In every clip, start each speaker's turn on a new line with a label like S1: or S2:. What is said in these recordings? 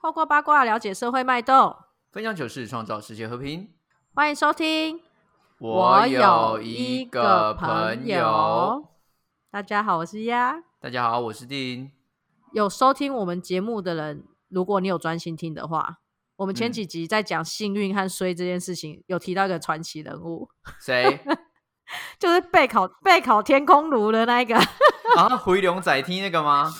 S1: 透过八卦了解社会脉动。
S2: 分享糗事，创造世界和平。
S1: 欢迎收听。
S2: 我有一个朋友，，
S1: 大家好，我是鸭。
S2: 大家好，我是丁。
S1: 有收听我们节目的人，如果你有专心听的话，我们前几集在讲幸运和衰这件事情，有提到一个传奇人物，
S2: 谁
S1: 就是备考备考天空炉的那一个，
S2: 啊？回龙仔踢那个吗？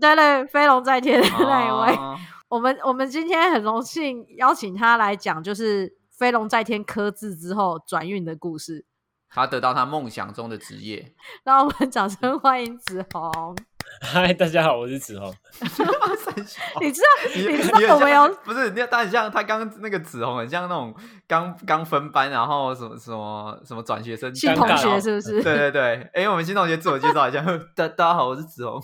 S1: 对对，飞龙在天的那一位。
S2: 哦
S1: 我们我们今天很荣幸邀请他来讲，就是飞龙在天科字之后转运的故事。
S2: 他得到他梦想中的职 业。
S1: 让我们掌声欢迎子宏。
S2: 哦
S3: 嗨，大家好，我是子宏。
S2: 三小
S1: 你知道
S2: 你
S1: 你知
S2: 你
S1: 道
S2: 很
S1: 我们
S2: 像
S1: 有
S2: 不是？你他很像他刚那个子红，很像那种刚刚分班，然后什么什么什么转学生
S1: 新
S3: 尴
S1: 同
S3: 尬
S1: 学
S3: 哦
S1: 是不是？
S2: 对对对，哎、我们新同学自我介绍一下， 大大家好，我是子红。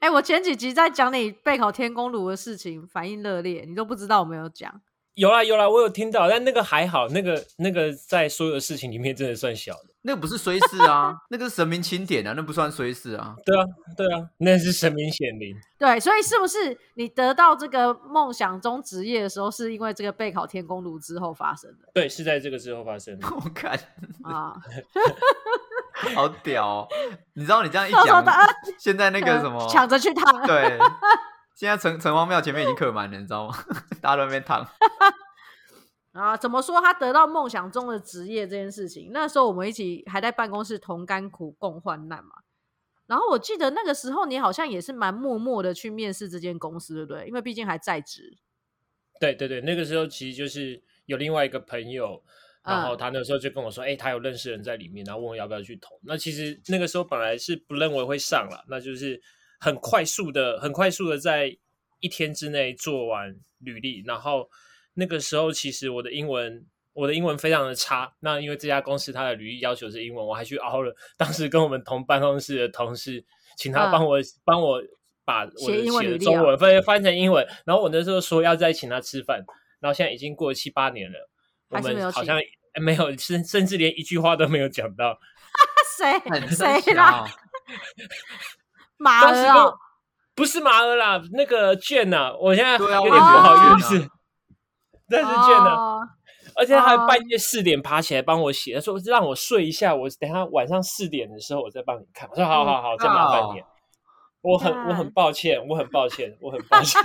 S1: 哎、我前几集在讲你备考天公炉的事情，反应热烈，你都不知道我没有讲。
S3: 有啦有啦，我有听到，但那个还好，那个那个在所有的事情里面真的算小的。
S2: 那个不是衰事啊，那个是神明钦点啊，那不算衰事啊。
S3: 对啊对啊，那是神明显灵。
S1: 对，所以是不是你得到这个梦想中职业的时候，是因为这个备考天公炉之后发生的
S3: 对，是在这个之后发生的。
S2: 我看
S1: 啊？
S2: 好屌、哦，你知道你这样一
S1: 到时候
S2: 讲
S1: 大家，
S2: 现在那个
S1: 呃
S2: 什 么，
S1: 抢着去烫，
S2: 对，现在城城隍庙前面已经客满了，你知道吗？ 大家都在那边 躺。
S1: 啊，怎么说他得到梦想中的职业这件事情？那时候我们一起还在办公室同甘苦共患难嘛。然后我记得那个时候你好像也是蛮默默的去面试这间公司，对不对？因为毕竟还在职。
S3: 对对对，那个时候其实就是有另外一个朋友，然后
S1: 嗯
S3: 他那时候就跟我说，哎、他有认识人在里面，然后问我要不要去投。那其实那个时候本来是不认为会上了，那就是很快速的、很快速的在一天之内做完履历。然后那个时候其实我的英文。我的英文非常的差，那因为这家公司它的履历要求是英文，我还去 熬了。当时跟我们同办公室的同事，请他
S1: 嗯
S3: 帮我、帮我把我
S1: 写
S3: 的
S1: 英文
S3: 写
S1: 履
S3: 的
S1: 历
S3: 中
S1: 哦
S3: 文翻翻成英文，然后我那时候说要再请他吃饭，然后现在已经过了七八年了，我
S1: 还是没有
S3: 们好
S1: 请
S3: 像哎没有，甚甚至连一句话都没有讲到。
S1: 谁
S2: 很
S1: 谁啦？马
S3: 当时
S1: 儿
S3: 跟
S1: 啊
S3: 我，不是马儿啦，那个卷呐、我现在有
S2: 对啊
S3: 点
S2: 我
S3: 不
S2: 也
S1: 觉得
S3: 好意
S2: 是卷
S3: 思。但是卷呐、
S1: 哦
S3: 而且他
S1: 哦
S3: 还半夜四点爬起来帮我写，他说让我睡一下，我等一下晚上四点的时候我再帮你看。我说好好好，再麻烦
S1: 嗯
S3: 你。我很我
S1: 干
S3: 很抱歉，我很抱歉，我很 抱歉。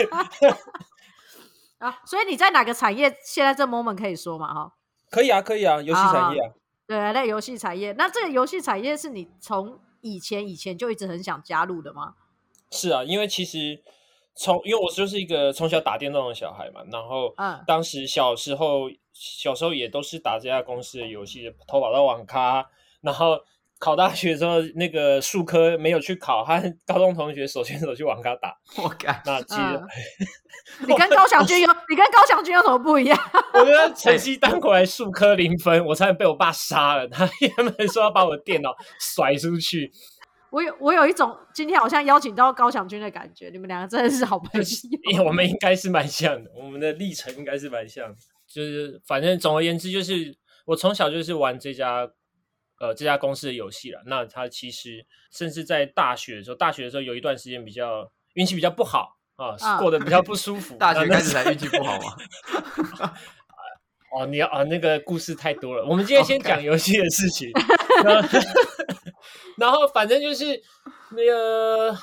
S1: 啊！所以你在哪个产业？现在这 moment 可以说嘛？哈，
S3: 可以啊，可以啊，游戏产业啊。
S1: 对啊，在游戏产业。那这个游戏产业是你从以前以前就一直很想加入的吗？
S3: 是啊，因为其实从因为我就是一个从小打电动的小孩嘛，然后
S1: 嗯
S3: 当时小时候小时候也都是打这家公司的游戏，投保到网咖，然后考大学之后那个数科没有去考，和高中同学手牵手去网咖打。
S2: 我 感。
S3: 那其
S1: 嗯
S3: 实，哎
S1: 你跟高 翔君有，你跟高翔君有什么不一样？
S3: 我觉得成绩单回来数科零分，我差点被我爸杀了。他 原本说要把我电脑甩出去，
S1: 我有我有一种今天好像邀请到高翔君的感觉，你们两个真的是好朋
S3: 因
S1: 友。
S3: 为我们应该是蛮像的，我们的历程应该是蛮像的。就是反正总而言之，就是我从小就是玩这家呃这家公司的游戏了。那它其实甚至在大学的时候，大学的时候有一段时间比较运气比较不好啊，
S1: 啊
S3: 过得比较不舒服
S2: 大
S3: 那
S2: 学
S3: 呃那
S2: 开始
S3: 时
S2: 才运气不好啊 嘛。
S3: 哦，你要啊，那个故事太多了。我们今天先
S2: 哦 OK
S3: 讲游戏的事情，然后 然后反正就是那个，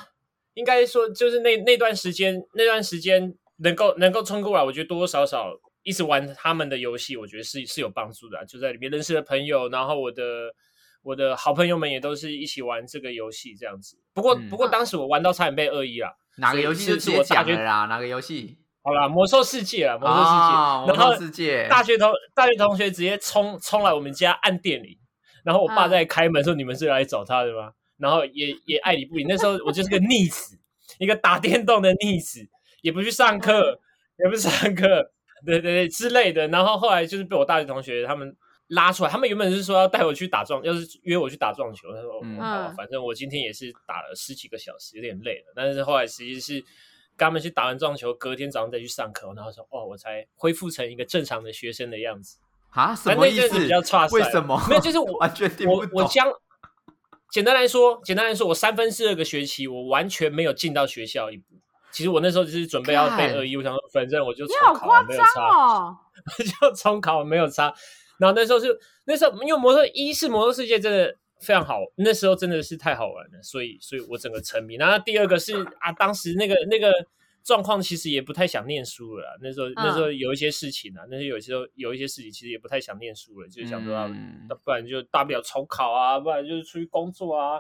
S3: 应该说就是那那段时间，那段时间能够能够冲过来，我觉得多多少少一直玩他们的游戏，我觉得是是有帮助的啊、就在里面认识了朋友，然后我的我的好朋友们也都是一起玩这个游戏这样子。不过、
S2: 嗯
S3: 不过当时我玩到差点被恶意啦。
S2: 哪个游戏就是直
S3: 是
S2: 接
S3: 我大
S2: 讲
S3: 学
S2: 了啦？哪个游戏？
S3: 好啦，魔兽世界啦，魔兽世界，
S2: 啊，魔
S3: 然后
S2: 兽世界。
S3: 大学同大学同学直接冲冲来我们家按电铃，然后我爸
S1: 嗯
S3: 在开门说：“你们是来找他的吗？”然后也也爱理不理。那时候我就是个逆子，一个打电动的逆子，也不去上课，也不上课，对对对之类的。然后后来就是被我大学同学他们拉出来，他们原本是说要带我去打撞，要是约我去打撞球，他说：“哦
S2: 嗯
S3: 好啊，反正我今天也是打了十几个小时，有点累了。”但是后来其实是。跟他们去打完撞球，隔天早上再去上课，然后说：“哦，我才恢复成一个正常的学生的样子。
S2: 啊，”什
S3: 反
S2: 么
S3: 正
S2: 意
S3: 就是
S2: 思？
S3: 比较差赛
S2: 为
S3: 了
S2: 什么？
S3: 没有，就是我
S2: 完全听不
S3: 我我
S2: 懂。
S3: 将简单来说，简单来说，我三分之二个学期我完全没有进到学校一步，其实我那时候就是准备要背
S2: 干
S3: 二一，我想说反正我就
S1: 你
S3: 重
S1: 好
S3: 考
S1: 夸
S3: 啊没有
S1: 张
S3: 差，
S1: 哦！
S3: 就重考没有差。然后那时候是那时候，因为魔兽一是魔兽世界真的非常好，那时候真的是太好玩了，所以所以我整个沉迷。然后第二个是啊，当时那个那个状况其实也不太想念书了啦那时候那时候有一些事情啊，那时候有时候有一些事情其实也不太想念书了，就想说、啊
S2: 嗯
S3: 那不然就大不了重考啊，不然就是出去工作啊，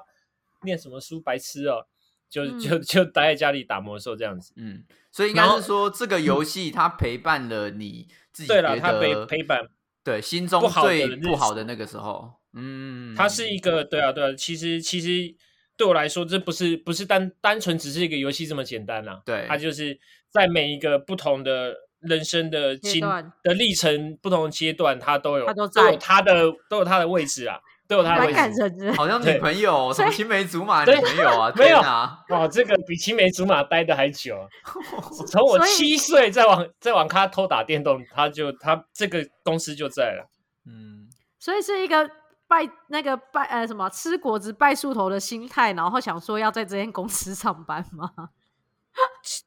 S3: 念什么书白痴哦、就就就待在家里打魔兽这样子。
S2: 嗯，所以应该
S3: 然后嗯
S2: 是说这个游戏它陪伴了你自己
S3: 对了
S2: 觉
S3: 它陪
S2: 得
S3: 陪伴
S2: 对心中
S3: 不好的
S2: 最
S3: 日
S2: 不好
S3: 子
S2: 的那个时候，嗯，
S3: 它是一个对啊对啊，其实其实对我来说，这不是不是单单纯只是一个游戏这么简单啦、
S2: 对
S3: 它就是在每一个不同的人生的
S1: 阶
S3: 经
S1: 段
S3: 的历程、不同的阶段，它都有
S1: 它都在
S3: 有它的都有它的位置啊，都有它的
S1: 蛮
S3: 位
S1: 感
S3: 置。
S1: 人的，
S2: 好 像女
S3: 对
S2: 朋友，什么
S1: 所以
S2: 青梅竹马女
S3: 对
S2: 朋友啊，
S3: 没有
S2: 天啊，
S3: 哇，这个比青梅竹马待的还久 啊，从我
S1: 所以
S3: 七岁再往再往他偷打电动，他就他这个公司就在了。
S2: 嗯，
S1: 所以是一个拜那个拜呃什么吃果子拜树头的心态，然后想说要在这间公司上班 吗？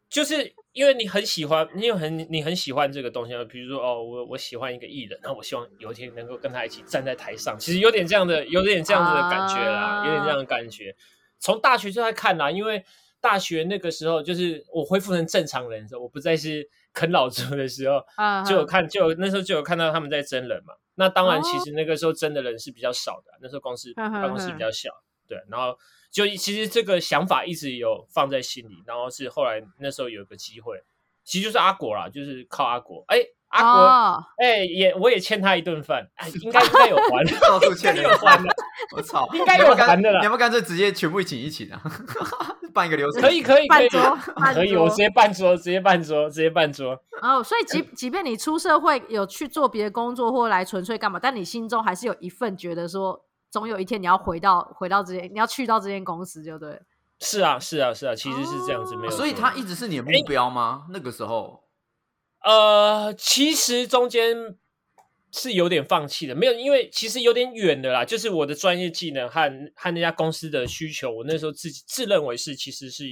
S3: 就是因为你很喜欢，你有很你很喜欢这个东西，比如说哦，我我喜欢一个艺人，那我希望有一天能够跟他一起站在台上，其实有点这样的，有点这样子的感觉啦，
S1: 啊
S3: 有点这样的感觉。从大学就在看啦，因为大学那个时候就是我恢复成正常人的时候，我不再是啃老族的时候，
S1: 啊，
S3: 就有看，就有那时候就有看到他们在真人嘛。那当然，其
S1: 哦
S3: 实那个时候真的人是比较少的，啊那时候公司
S1: 哼哼
S3: 办公室
S1: 哼
S3: 比较小，对。然后就其实这个想法一直有放在心里，然后是后来那时候有一个机会，其实就是阿果啦，就是靠阿果。哎，阿果，
S1: 哦，
S3: 哎、也我也欠他一顿饭，哎，应该应该有还，
S2: 到处 欠
S3: 应该
S2: 人
S3: 有还的，
S2: 我操，
S3: 应该
S2: 你要
S3: 有
S2: 不干
S3: 还的啦
S2: 你要不要干脆直接全部一起一起呢？办一个流程，
S3: 可以可以可
S1: 半
S3: 以，
S1: 桌，半
S3: 可以，
S1: 桌
S3: 我直接办桌，直接办桌，直接办桌。
S1: 哦，所以即即便你出社会有去做别的工作或来纯粹干嘛，但你心中还是有一份觉得说，总有一天你要回到回到这间，你要去到这间公司，就对了。
S3: 是啊是啊是啊，其实是这样子，
S1: 哦
S3: 没有错。
S2: 所以他一直是你的目标吗？那个时候，
S3: 呃，其实中间是有点放弃的，没有，因为其实有点远的啦。就是我的专业技能和和那家公司的需求，我那时候自己自认为是其实是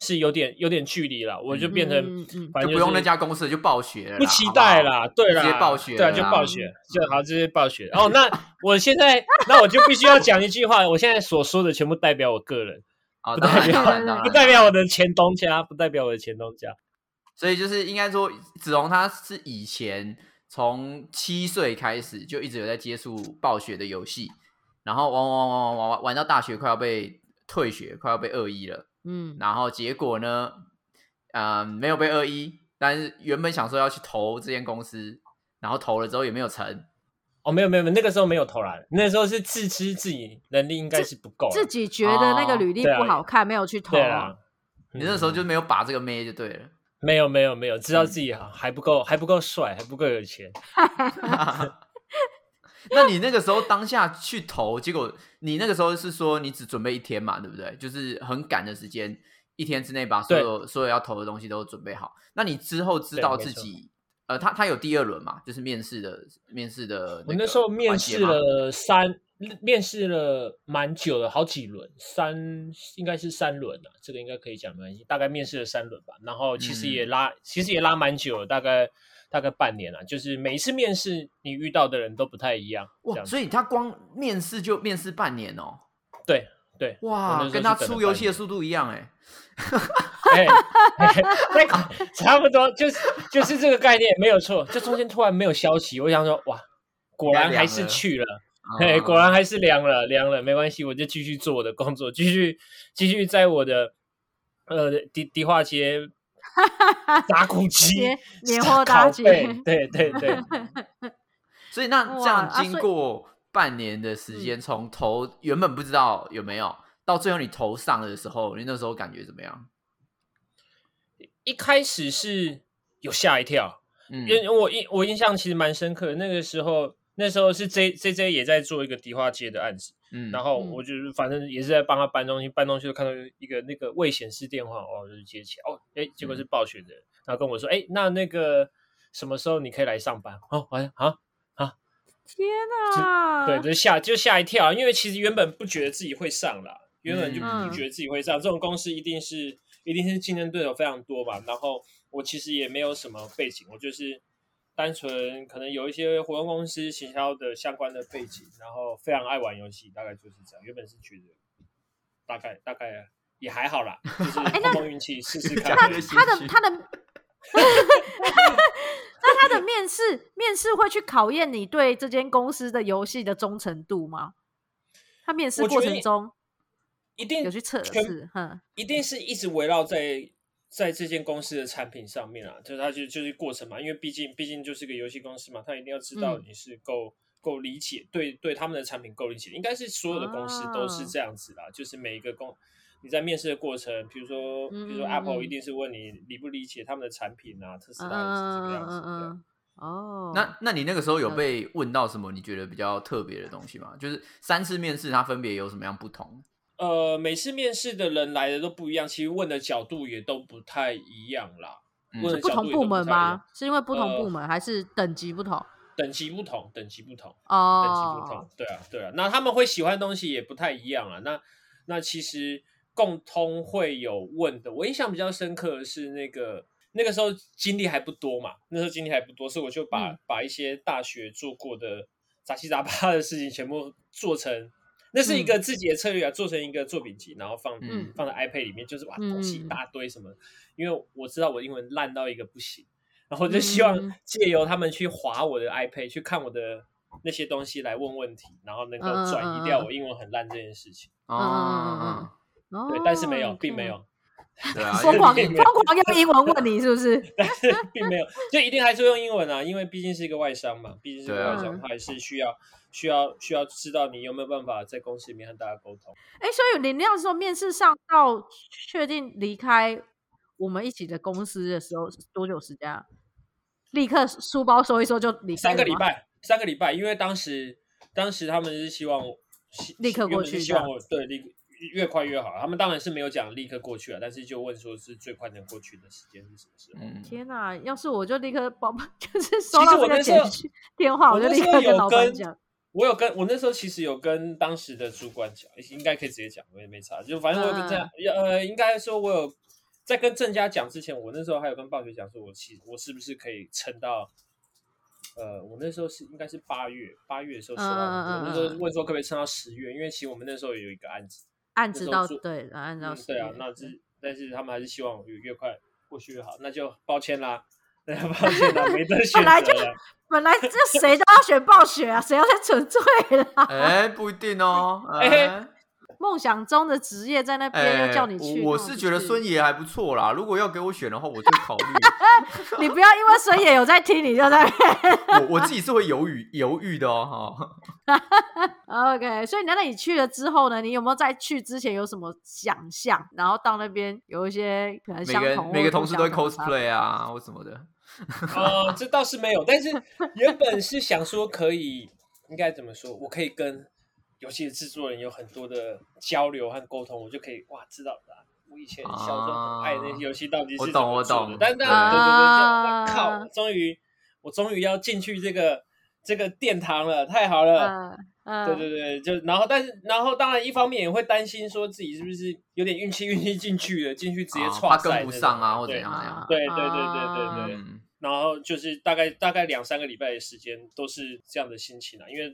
S3: 是有点有点距离了，我就变成、
S1: 嗯嗯
S3: 反
S2: 就
S3: 正
S2: 不用那
S3: 是
S2: 家公司了就暴雪了啦，
S3: 不期待
S2: 好
S3: 啦，对啦，
S2: 直接暴雪
S3: 对啊，
S2: 了
S3: 就
S2: 啦
S3: 暴雪，就好，直接暴雪。哦，那 我现在，那我就必须要讲一句话，我现在所说的全部代表我个人，
S2: 不好啊，
S3: 不
S2: 当
S3: 代
S2: 然
S3: 表
S2: 当然当然
S3: 不代表我的前东家，不代表我的前东家。
S2: 所以就是应该说，子龙他是以前从七岁开始就一直有在接触暴雪的游戏，然后玩玩玩玩玩玩玩到大学快要被退学，快要被二一了。
S1: 嗯，
S2: 然后结果呢，呃，没有被二一，但是原本想说要去投这间公司，然后投了之后也没有成，
S3: 哦，没有没有没有，那个时候没有投篮，那时候是自知自己能力应该是不够啦，
S1: 自己觉得那个
S2: 哦
S1: 履历
S3: 对啊
S1: 不好看，没有去投啊
S3: 对。啊啦。
S2: 你那时候就嗯没有把这个妹就对了。
S3: 没有没有没有，知道自己还还不够还不够帅，还不够有钱。
S2: 那你那个时候当下去投，结果你那个时候是说你只准备一天嘛，对不对？就是很赶的时间，一天之内把所有所有要投的东西都准备好。那你之后知道
S3: 对
S2: 自
S3: 没错
S2: 己，呃，他他有第二轮嘛，就是面试的面试的
S3: 我
S2: 个
S3: 那时候面
S2: 环节
S3: 试
S2: 嘛，
S3: 了三，面试了蛮久的，好几轮，三应该是三轮啊，这个应该可以讲没关系。大概面试了三轮吧，然后其实
S2: 嗯
S3: 也拉，其实也拉蛮久了，大概大概半年了、啊就是每一次面试你遇到的人都不太一样，这
S2: 哇，
S3: 样
S2: 所以他光面试就面试半年哦，
S3: 对对。我那时
S2: 哇，
S3: 候
S2: 跟
S3: 是
S2: 他
S3: 等了
S2: 出游
S3: 半
S2: 戏的
S3: 年
S2: 速度一样哎，
S3: 哎， 那个差不多，就是就是这个概念没有错。就中间突然没有消息，我想说，哇，果然还是去了， 哎，
S2: 嗯
S3: 果然还是凉了，凉了，没关系，我就继续做我的工作，继续继续在我的呃迪迪化 街打鼓机
S1: 年、年货大
S3: 烤
S1: 街
S3: 贝对对对，
S2: 所以那这
S1: 哇
S2: 样
S1: 啊
S2: 经
S1: 所以
S2: 过半年的时
S3: 嗯
S2: 间，从投原本不知道有没有，到最后你投上的时候，你那时候感觉怎么样？
S3: 一开始是有吓一跳，
S2: 嗯
S3: 因为我印我印象其实蛮深刻的，那个时候那时候是 J J J 也在做一个迪化街的案子。
S2: 嗯
S3: 然后
S1: 嗯
S3: 我就是反正也是在帮他搬东西，搬东西就看到一个那个未显示电话，哦，就是接起来，哦，哎，结果是暴雪的人，然后跟我说，哎，那那个什么时候你可以来上班？哦，哎啊，
S1: 天哪！
S3: 对，就 吓就吓一啊跳，因为其实原本不觉得自己会上啦，原本就
S1: 嗯
S3: 不觉得自己会上，这种公司一定是一定是竞争对手非常多嘛。然后我其实也没有什么背景，我就是单纯可能有一些活动公司行销的相关的背景，然后非常爱玩游戏，大概就是这样。原本是觉得大概大概也还好啦，就是碰碰运气试试看。
S2: 那
S1: 哎那
S2: 这
S1: 他的
S2: 个兴趣
S1: 他的， 那他的面试面试会去考验你对这间公司的游戏的忠诚度吗？他面试
S3: 我觉
S1: 过
S3: 得
S1: 程
S3: 也
S1: 中
S3: 一定
S1: 有去测
S3: 全
S1: 试，哼，
S3: 一定是一直围绕在在这间公司的产品上面啊，就是它就就是过程嘛，因为毕竟毕竟就是个游戏公司嘛，它一定要知道
S1: 嗯
S3: 你是够、够理解，对对他们的产品够理解，应该是所有的公司都
S1: 啊
S3: 是这样子啦，就是每一个公你在面试的过程，比如说比如说
S1: 嗯嗯
S3: Apple
S1: 嗯
S3: 一定是问你理不理解他们的产品啊，特斯
S1: 嗯
S3: 拉也是这个
S1: 嗯
S3: 样子
S1: 嗯
S3: 对啊。
S1: 嗯，哦，
S2: 那那你那个时候有
S1: 了
S2: 被问到什么你觉得比较特别的东西吗？就是三次面试它分别有什么样不同？
S3: 呃，每次面试的人来的都不一样，其实问的角度也都不太一样啦，
S2: 嗯
S3: 问的
S1: 不
S3: 角度
S1: 同
S3: 也都
S1: 部门
S3: 太一样
S1: 吗？？是因为不同
S3: 呃
S1: 部门还是等级不同？
S3: 等级不同，等级不同。等级不
S1: 哦
S3: 同，，对啊，对啊。那他们会喜欢的东西也不太一样啊。那那其实共通会有问的，我印象比较深刻的是那个那个时候经历还不多嘛，那时候经历还不多，所以我就把、
S1: 嗯
S3: 把一些大学做过的杂七杂八的事情全部做成。那
S1: 嗯
S3: 是一个自己的策略啊，做成一个作品集，然后放、
S2: 嗯
S3: 放在 iPad 里面，就是哇，
S1: 嗯
S3: 东西一
S1: 嗯嗯
S3: 大堆什么的。因为我知道我英文烂到一个不行，然后我就希望
S1: 嗯
S3: 借由他们去划我的 iPad，去看我的那些东西来问问题，然后能够转移
S1: 嗯
S3: 掉
S1: 嗯嗯嗯
S3: 我英文很烂这件事情。
S2: 哦
S1: 嗯嗯嗯
S2: 哦，
S1: 哦
S3: 对，但是没有，
S1: ，OK
S3: 并没。有，
S2: 对 啊，
S1: 疯
S2: 因为
S1: 狂
S3: 并
S1: 疯
S3: 没有
S1: 狂用英文问你是不是？
S3: 但是并没有，就一定还是会用英文啊，因为毕竟是一个外商嘛，毕竟是一
S2: 对
S3: 个
S2: 啊
S3: 外商，他还是需要需要需要知道你有没有办法在公司里面和大家沟通。
S1: 哎、所以你那时候面试上到确定离开我们一起的公司的时候是多久时间、啊？立刻书包收一收就离开
S3: 三
S1: 了
S3: 个礼
S1: 吗，
S3: 拜，三个礼拜，因为当时当时他们是希望我希
S1: 立刻
S3: 原本
S1: 过
S3: 是
S1: 去
S3: 希
S1: 这
S3: 望
S1: 样
S3: 我对立越快越好。他们当然是没有讲立刻过去啊，但是就问说是最快能过去的时间是什么时候？
S2: 嗯，
S1: 天哪、要是我就立刻包， 就是收
S3: 其
S1: 到
S3: 实我
S1: 这个
S3: 那时候
S1: 简讯电话，我就
S3: 那
S1: 立
S3: 时候
S1: 刻跟
S3: 有
S1: 老板讲。
S3: 我有跟我那时候其实有跟当时的主管讲，应该可以直接讲，我也没查。就反正我有跟这样，
S1: 嗯
S3: 呃，应该说我有在跟郑家讲之前，我那时候还有跟暴雪讲说，我其我是不是可以撑到，呃，我那时候是应该是八月，八月的时候收到，
S1: 嗯嗯嗯嗯
S3: 我那时候问说可不可以撑到十月，因为其实我们那时候也有一个案子，
S1: 按
S3: 那
S1: 知
S3: 时候
S1: 道
S3: 做
S1: 对，按照
S3: 嗯对啊，那
S1: 是
S3: 是但是他们还是希望我越快过去越好，那就抱歉啦， 抱歉啦，没得选
S1: 本来就
S3: 择了。
S1: 本来这谁都要选暴雪啊，谁要再纯粹啦？
S2: 哎，不一定哦，哎
S3: 哎
S1: 啊 梦想中的职业在那边又
S2: 哎，
S1: 叫你去，哦
S2: 我我
S1: 那
S2: 是
S1: 不
S2: 觉得孙爷还不错啦，如果要给我选的话，我就考虑
S1: 你不要因为孙野有在听你就在那边
S2: 我我自己是会犹豫犹豫的哦，哈。
S1: OK，所以那你去了之后呢？你有没有在去之前有什么想象？然后到那边有一些可能
S2: 每
S1: 相
S2: 个人
S1: 同或
S2: 每个
S1: 者不
S2: 同事都会
S1: 相同的差别
S2: cosplay 啊或什么的，
S3: 哦，这倒是没有，但是原本是想说可以，应该怎么说？我可以跟游戏的制作人有很多的交流和沟通，我就可以哇知道啊，我以前小时候很爱那些游戏到底是
S2: 啊我
S3: 怎
S2: 懂
S3: 么
S2: 我
S3: 做
S2: 懂
S3: 的，但但
S2: 对
S3: 对对
S1: 啊
S3: 对，就哇靠，终于我终于要进去这个这个殿堂了，太好了。
S1: 嗯嗯，
S3: 对对对，就然后，但是然后，当然，一方面也会担心说自己是不是有点运气，运气进去了，进去直接
S2: 啊
S3: 错
S2: 怕
S3: 赛
S2: 跟不
S3: 那
S2: 上
S3: 种
S2: 啊或怎
S3: 对
S2: 样怎样，
S3: 对对对对
S1: 啊
S3: 对对
S2: 嗯，
S3: 然后就是大概大概两三个礼拜的时间都是这样的心情啊，因为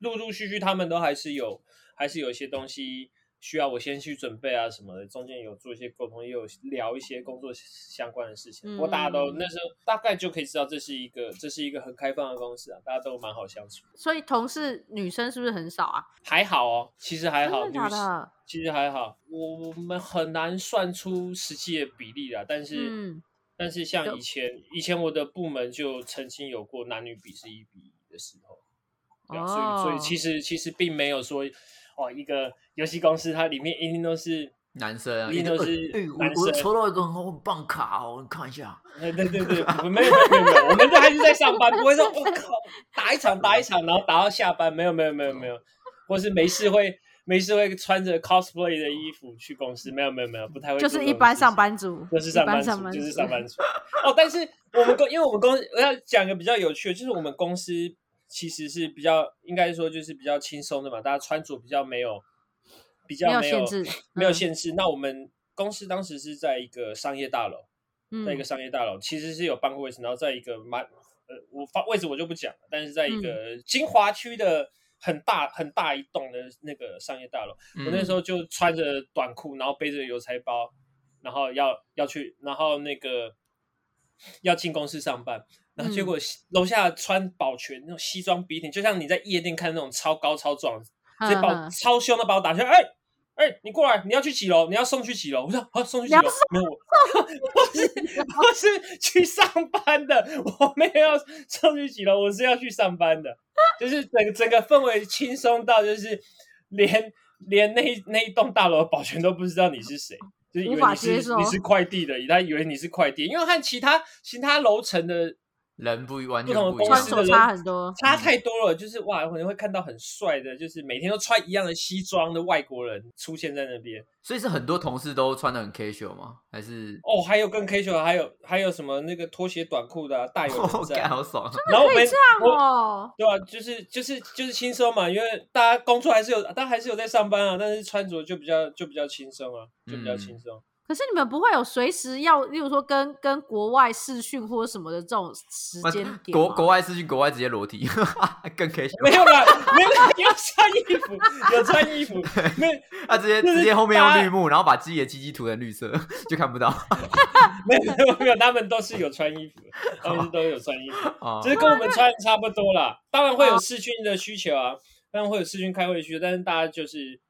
S3: 陆陆续续他们都还是有还是有一些东西需要我先去准备啊什么的，中间有做一些沟通，也有聊一些工作相关的事情。啊不过大家都
S1: 嗯
S3: 那时候大概就可以知道这是一个这是一个很开放的公司啊，大家都蛮好相处，
S1: 所以同事女生是不是很少啊？
S3: 还好哦，其实还好，
S1: 真的假
S3: 女士
S1: 的？
S3: 其实还好，我我们很难算出实际的比例啦，但是。
S1: 嗯，
S3: 但
S1: 就
S3: 是像以前，以前我的部门就曾经有过男女比是一比一的时候，对啊，所以所以其
S1: 实
S3: 实其实并没有说，哦，一个游戏公司它里面一定都是
S2: 男生啊，
S3: 一定都是
S2: 哎哎
S3: 男
S2: 我我
S3: 生
S2: 抽到一个很棒卡哦，你看一下，
S3: 对对对对，我们没有没有没有没有，我们都还是在上班，不会说我靠打一场打一场，然后打到下班，没有没有没有没有，或是没事会没事会穿着 cosplay 的衣服去公司，没有没有没有，不太会
S1: 就
S3: 做
S1: 是
S3: 这
S1: 一
S3: 种
S1: 般
S3: 事
S1: 上
S3: 情
S1: 班族，
S3: 就是
S1: 一
S3: 上
S1: 般
S3: 班族
S1: 上，班族，
S3: 就是上班族。哦，但是我们公，因为我们公，我要讲一个比较有趣的，就是我们公司其实是比较，应该说就是比较轻松的嘛，大家穿着比较没有，比较
S1: 没有
S3: 没
S1: 限
S3: 有
S1: 制
S3: 没有
S1: 嗯
S3: 限制。那我们公司当时是在一个商业大楼，
S1: 嗯
S3: 在一个商业大楼，其实是有办过位置，然后在一个蛮呃，我发位置我就不讲了，但是在
S1: 嗯
S3: 一个金华区的很大很大一栋的那个商业大楼，我那时
S2: 候
S3: 候就穿着短裤，然后背着邮差包，然后要要去，然后那个要进公司上班，然后结果西楼下穿保全那种西装笔挺，就像你在夜店看那种超高超壮，直接把我
S1: 嗯
S3: 超凶的把我打下来，哎、哎、你过来，你要去几楼？你要送去几楼？我说好、啊，送去几
S1: 你
S3: 楼
S1: 要？
S3: 没有，我 我是我是去上班的，我没有要送去几楼，我是要去上班的。就是整个整个氛围轻松到，就是连连那一那一栋大楼的保全都不知道你是谁，就是以为
S1: 无法
S3: 你是
S1: 接受
S3: 你是快递的，他以为你是快递，因为和其他其他楼层的
S2: 人不完全
S3: 不同的
S2: 不一
S3: 公
S1: 穿
S2: 样
S3: 司，
S1: 着差很多，
S3: 差太多了，就是哇，可能会看到很帅的，就是每天都穿一样的西装的外国人出现在那边。
S2: 所以是很多同事都穿的很 casual 吗？还是
S3: 哦，还有跟 K 球，还有还有什么那个拖鞋短裤的啊、大有人
S2: 我
S3: 在，
S2: 干好爽啊！
S3: 然后我
S1: 可以
S3: 们
S1: 这样
S3: 我
S1: 哦。
S3: 对啊，就是就是就是轻松嘛，因为大家工作还是有，但还是有在上班啊，但是穿着就比较就比较轻松啊，就比较轻松。
S1: 可是你们不会有随时要，例如说跟跟国外视讯或什么的这种时间点吗
S2: 国国外是去国外直接裸体，更 casual，
S3: 没有啦，没有 啦，有穿衣服，有穿衣服，没有
S2: 他直接
S3: 就是
S2: 直接后面用
S3: 搭
S2: 绿幕，然后把自己的鸡鸡涂成绿色，就看不到
S3: 没有没有没有，他们都是有穿衣服的，他们都有穿衣服。
S2: 啊
S3: 只。是跟我们穿的差不多啦。当然会有视讯的需求啊，当然会有视讯开会的需求，但是大家就是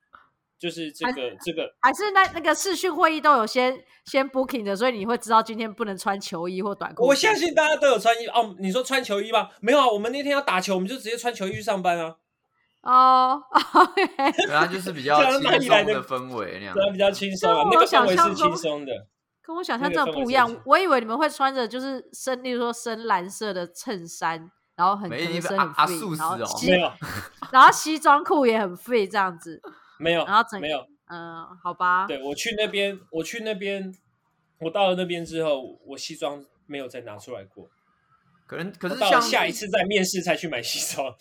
S3: 就是这个这个，
S1: 还是那那个视讯会议都有先先 booking 的，所以你会知道今天不能穿球衣或短裤。
S3: 我相信大家都有穿衣哦。你说穿球衣吧？没有啊，我们那天要打球，我们就直接穿球衣去上班啊，
S1: 哦，OK，
S2: 对啊，就是比 较
S3: 这样
S2: 轻
S3: 哪里来
S2: 松
S3: 的
S2: 的氛围那样
S3: 对。啊，比较轻松啊，
S1: 跟我
S3: 那个氛
S1: 想
S3: 围
S1: 象
S3: 是
S1: 中
S3: 轻松的。
S1: 跟我想象
S3: 那
S1: 真的
S3: 个氛围
S1: 不一
S3: 是
S1: 样
S3: 不是。
S1: 我以为你们会穿着就是深，例如说深蓝色的衬衫，然后很
S2: 没你
S1: 合
S2: 们
S1: 身
S2: 阿
S1: 很
S2: 阿
S1: free，
S2: 素
S1: 然后
S2: 食哦
S1: 西
S3: 没有
S1: 然后西装裤也很 free 这样子。
S3: 没有
S1: 然后整
S3: 没有，
S1: 嗯，好吧，
S3: 对我去那边，我去那边，我到了那边之后，我西装没有再拿出来过，
S2: 可能可是
S3: 我到了
S2: 像
S3: 下一次再面试才去买西装。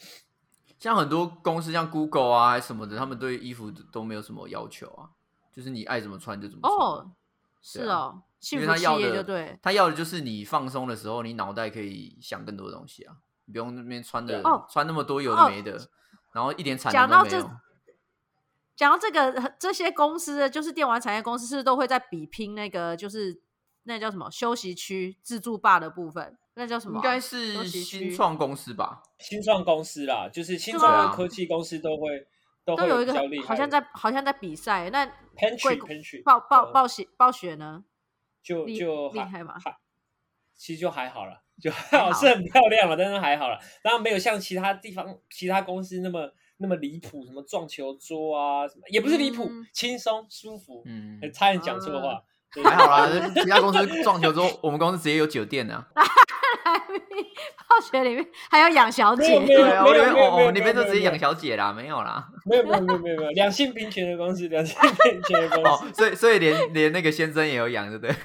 S2: 像很多公司像 Google 啊还是什么的，他们对衣服都没有什么要求啊，就是你爱怎么穿就怎么穿。
S1: 哦，是
S2: 对啊
S1: 哦，幸
S2: 因为
S1: 福
S2: 他
S1: 企
S2: 要
S1: 业就
S2: 的
S1: 对。
S2: 他要的就是你放松的时候，你脑袋可以想更多的东西啊，你不用那边穿的、
S3: 对
S1: 哦
S2: 穿那么多有
S1: 哦
S2: 的没的，然后一点产
S1: 讲
S2: 能
S1: 到
S2: 都没
S1: 这
S2: 有。，
S1: 讲到这个，这些公司就是电玩产业公司，是不是都会在比拼那个就是那叫什么休息区自助霸的部分？那叫什么
S2: 应
S1: 啊？
S2: 该
S1: 休
S2: 是
S1: 息
S2: 新
S1: 区
S2: 创公司吧？
S3: 新创公司啦，就是新
S1: 对
S3: 创
S2: 啊
S3: 的科技公司都会都
S1: 都
S3: 会
S1: 有一个
S3: 比较厉
S1: 好
S3: 害
S1: 像
S3: 的。
S1: 在好像在比赛。那
S3: Pantry
S1: 贵
S3: Pantry
S1: 暴暴
S3: 嗯
S1: 暴雪暴雪呢？
S3: 就
S1: 厉
S3: 就
S1: 厉
S3: 还
S1: 害吗
S3: 还其实就还好了，就 还
S1: 还
S3: 好
S1: 好
S3: 是很漂亮了，但是还好了。当然没有像其他地方、其他公司那么那么离谱，什么撞球桌啊，什么也不是离谱，
S1: 嗯啊
S3: 轻松舒服。
S2: 嗯，
S3: 欸差点讲错话，对
S2: 还好啦，其他公司撞球之后，我们公司直接有酒店啊。
S1: 暴雪里面还有养小
S3: 没有 没
S1: 姐，
S3: 有
S2: 对啊，我以为
S3: 没有
S2: 我我们
S3: 没
S2: 那
S3: 有
S2: 边就
S3: 没有
S2: 直接养小姐啦，没有啦。
S3: 没有没有没有没有没有两性平权的公司，两性平权的公司
S2: 哦，所以所以连连那个先生也有养，对不 对？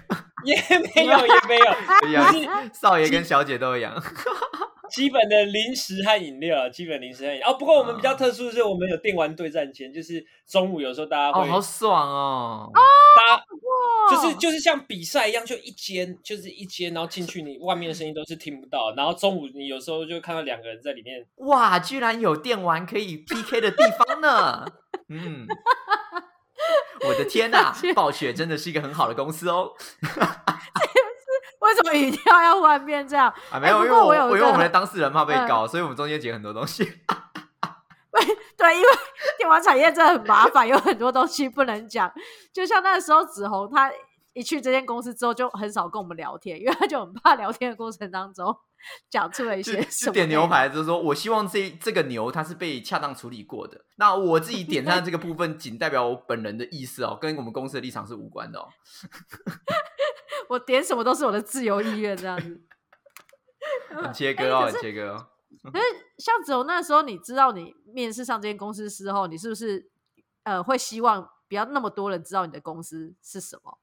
S3: 也没有也没有，
S2: 养少爷跟小姐都有养。
S3: 基本的零食和饮料啊，基本零食和饮料。哦，不过我们比
S2: 啊
S3: 较特殊的是，我们有电玩对战间，就是中午有时候大家
S2: 哦，
S3: 会
S2: 好爽哦！
S3: 大家
S1: 哇
S3: 就是就是像比赛一样，就一间就是一间，然后进去你外面的声音都是听不到，然后中午你有时候就看到两个人在里面，
S2: 哇，居然有电玩可以 PK 的地方呢！嗯，我的 天呐、暴雪真的是一个很好的公司哦。
S1: 为什么语调要忽然变这样？
S2: 啊，没有，
S1: 哎
S2: 因
S1: 不
S2: 为
S1: 过
S2: 我
S1: 我有一个
S2: 因
S1: 嗯
S2: 为我们的当事人 怕被告，所以我们中间剪很多东 西。
S1: 对，因为电玩产业真的很麻烦，有很多东西不能讲。就像那时候子红，他一去这间公司之后，就很少跟我们聊天，因为他就很怕聊天的过程当中 讲出了一
S2: 就
S1: 些什
S2: 就
S1: 么
S2: 点
S1: 内
S2: 牛
S1: 容。
S2: 排，就是说我希望这这个牛它是被恰当处理过的。那我自己点上的这个部分，仅代表我本人的意思哦，跟我们公司的立场是无 关的哦。
S1: 我点什么都是我的自由意愿这样 子。
S2: 很切割哦，
S1: 哎可
S2: 很
S1: 是
S2: 切割哦。
S1: 可是像子红那时候，你知道你面试上这间公司之后，你是不是呃会希望不要那么多人知道你的公司是什么，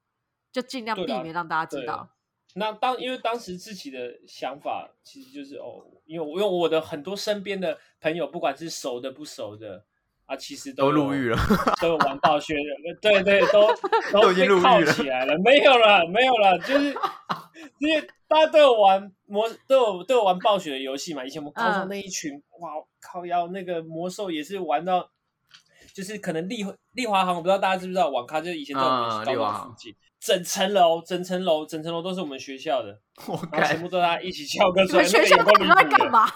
S1: 就尽量
S3: 对
S1: 避
S3: 啦
S1: 免让大家知
S3: 对啊
S1: 道？
S3: 那当因为当时自己的想法其实就是哦，因为我因为我的很多身边的朋友，不管是熟的不熟的，啊，其 实
S2: 都
S3: 有
S2: 入狱了，
S3: 都有玩暴雪人，对对， 都
S2: 都已经
S3: 被
S2: 入狱
S3: 铐
S2: 了
S3: 起来了，没有了，没有了， 就是因为大家都有玩魔，都有都有玩暴雪的游戏嘛。以前我们高中
S1: 嗯
S3: 那一群，哇靠腰，那个魔兽也是玩到，就是可能丽丽华行，我不知道大家知不知道，网咖就是以前在我们
S2: 嗯
S3: 高
S2: 丽华
S3: 中
S2: 行
S3: 附近，整层楼，整层楼，整层楼都是我们学校的，
S2: 我
S1: 哦
S3: 然后全
S2: 看
S3: 部都大家一起翘课
S1: 你
S3: 出来，
S1: 们
S3: 那个
S1: 学
S3: 也
S1: 校
S3: 够
S1: 到底
S3: 离
S1: 都在
S3: 谱
S1: 干
S3: 的，
S1: 嘛？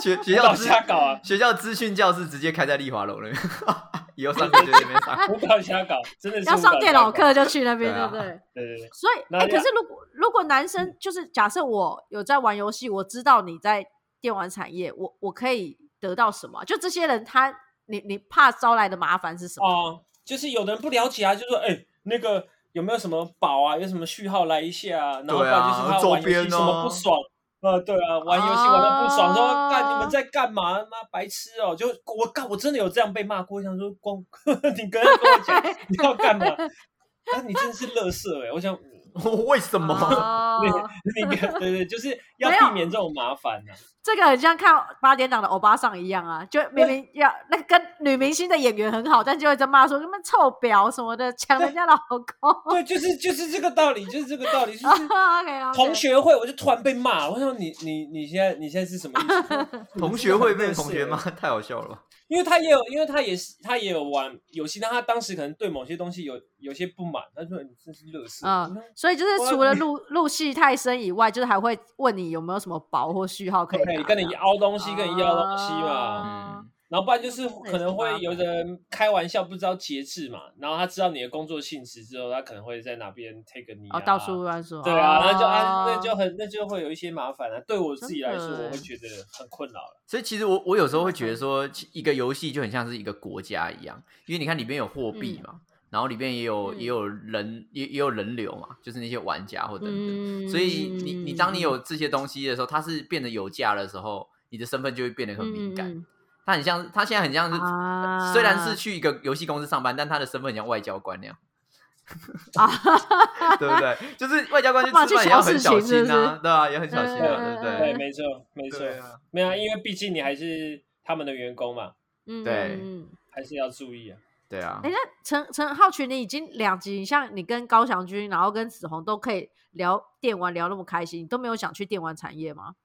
S2: 学学
S3: 不
S2: 校
S3: 搞
S2: 资
S3: 瞎搞啊！
S2: 学校资讯教室直接开在丽华楼了， 以后上课就在那边上。
S3: 舞蹈瞎搞，真的是
S1: 要
S3: 舞蹈
S1: 上电脑
S3: 瞎搞，
S1: 课就去那边，
S2: 对
S1: 对
S2: 啊
S1: 不对？
S3: 对对对，
S1: 所以，
S3: 那
S1: 哎，
S3: 要嗯
S1: 可是如果如果男生就是假设我有在玩游戏，我知道你在电玩产业，我我可以得到什么？就这些人他，你你怕招来的麻烦是什么？
S3: 哦，就是有的人不了解啊，就说哎、那个有没有什么宝啊，有什么序号来一下啊，然后不
S2: 对
S3: 然
S2: 啊
S3: 就是他
S2: 周
S3: 玩游
S2: 边
S3: 戏什么
S2: 哦
S3: 不爽。呃，对啊，玩游戏玩的不爽，
S1: 啊
S3: 说干你们在干嘛？妈白痴哦！就我干，我真的有这样被骂过。我想说，光 你跟跟我讲你要干嘛？啊，你真的是乐色哎！我想
S2: 为什么？
S1: 哦，
S3: 那个，对对，就是要
S1: 没有
S3: 避免这种麻烦啊呢、
S1: 这个很像看八点档的欧巴桑一样啊，就明明要那个跟女明星的演员很好，但就会在骂说什么臭婊什么的，抢人家老公。
S3: 对，就是就是这个道理，就是这个道理， 就是
S1: OK，
S3: 同学会，我就突然被骂。我想你你你现在你现在是什么意思？
S2: 同学会被同学骂，
S1: 啊
S2: 太好笑了吧？
S3: 因为他也有，因为他也是他也有玩游戏，但他当时可能对某些东西有有些不满，他说你真是乐色。
S1: 嗯，所以就是
S3: 我
S1: 除了入入戏太深以外，就是还会问你有没有什么宝或序号可以啊
S3: 对，
S1: 拿
S3: 啊跟你
S1: 这样
S3: 凹东西，跟你要东西嘛，
S1: 啊
S2: 嗯，
S3: 然后不然就是
S1: 也是
S3: 可能
S1: 麻
S3: 会
S1: 烦
S3: 有的人开玩笑不知道节制嘛，然后他知道你的工作性质之后，他可能会在哪边 take 你啊，
S1: 哦，到处乱说。
S3: 对啊，那就啊
S1: 哦
S3: 那就很那就会有一些麻烦啊。对我自己来说，
S1: 真的
S3: 我会
S1: 欸
S3: 觉得很困扰了。
S2: 所以其实我我有时候会觉得说，其一个游戏就很像是一个国家一样，因为你看里面有货币嘛，然后里面也有
S1: 嗯
S2: 也有人也也有人流嘛，就是那些玩家或等等。
S1: 嗯
S2: 所以你你当你有这些东西的时候，它是变得有价的时候，你的身份就会变得很敏感。
S1: 嗯
S2: 它很像，它现在很像是
S1: 嗯啊，
S2: 虽然是去一个游戏公司上班，但他的身份很像外交官那样，
S1: 啊，
S2: 对不对？就是外交官去
S1: 干嘛去
S2: 吃饭也要很
S1: 小
S2: 小
S1: 事情
S2: 心
S1: 是不
S2: 啊
S1: 是，
S2: 对啊，也很小心啊，对
S1: 嗯
S2: 不
S3: 对，
S2: 对？
S3: 没错没错，
S2: 对啊，
S3: 没有啊，因为毕竟你还是他们的员工嘛，
S1: 嗯
S2: 对
S1: 嗯嗯
S3: 还是要注意啊。
S2: 对啊
S1: 哎、，那陈陈浩群，你已经两集，像你跟高翔君，然后跟子红都可以聊电玩聊那么开心，你都没有想去电玩产业吗？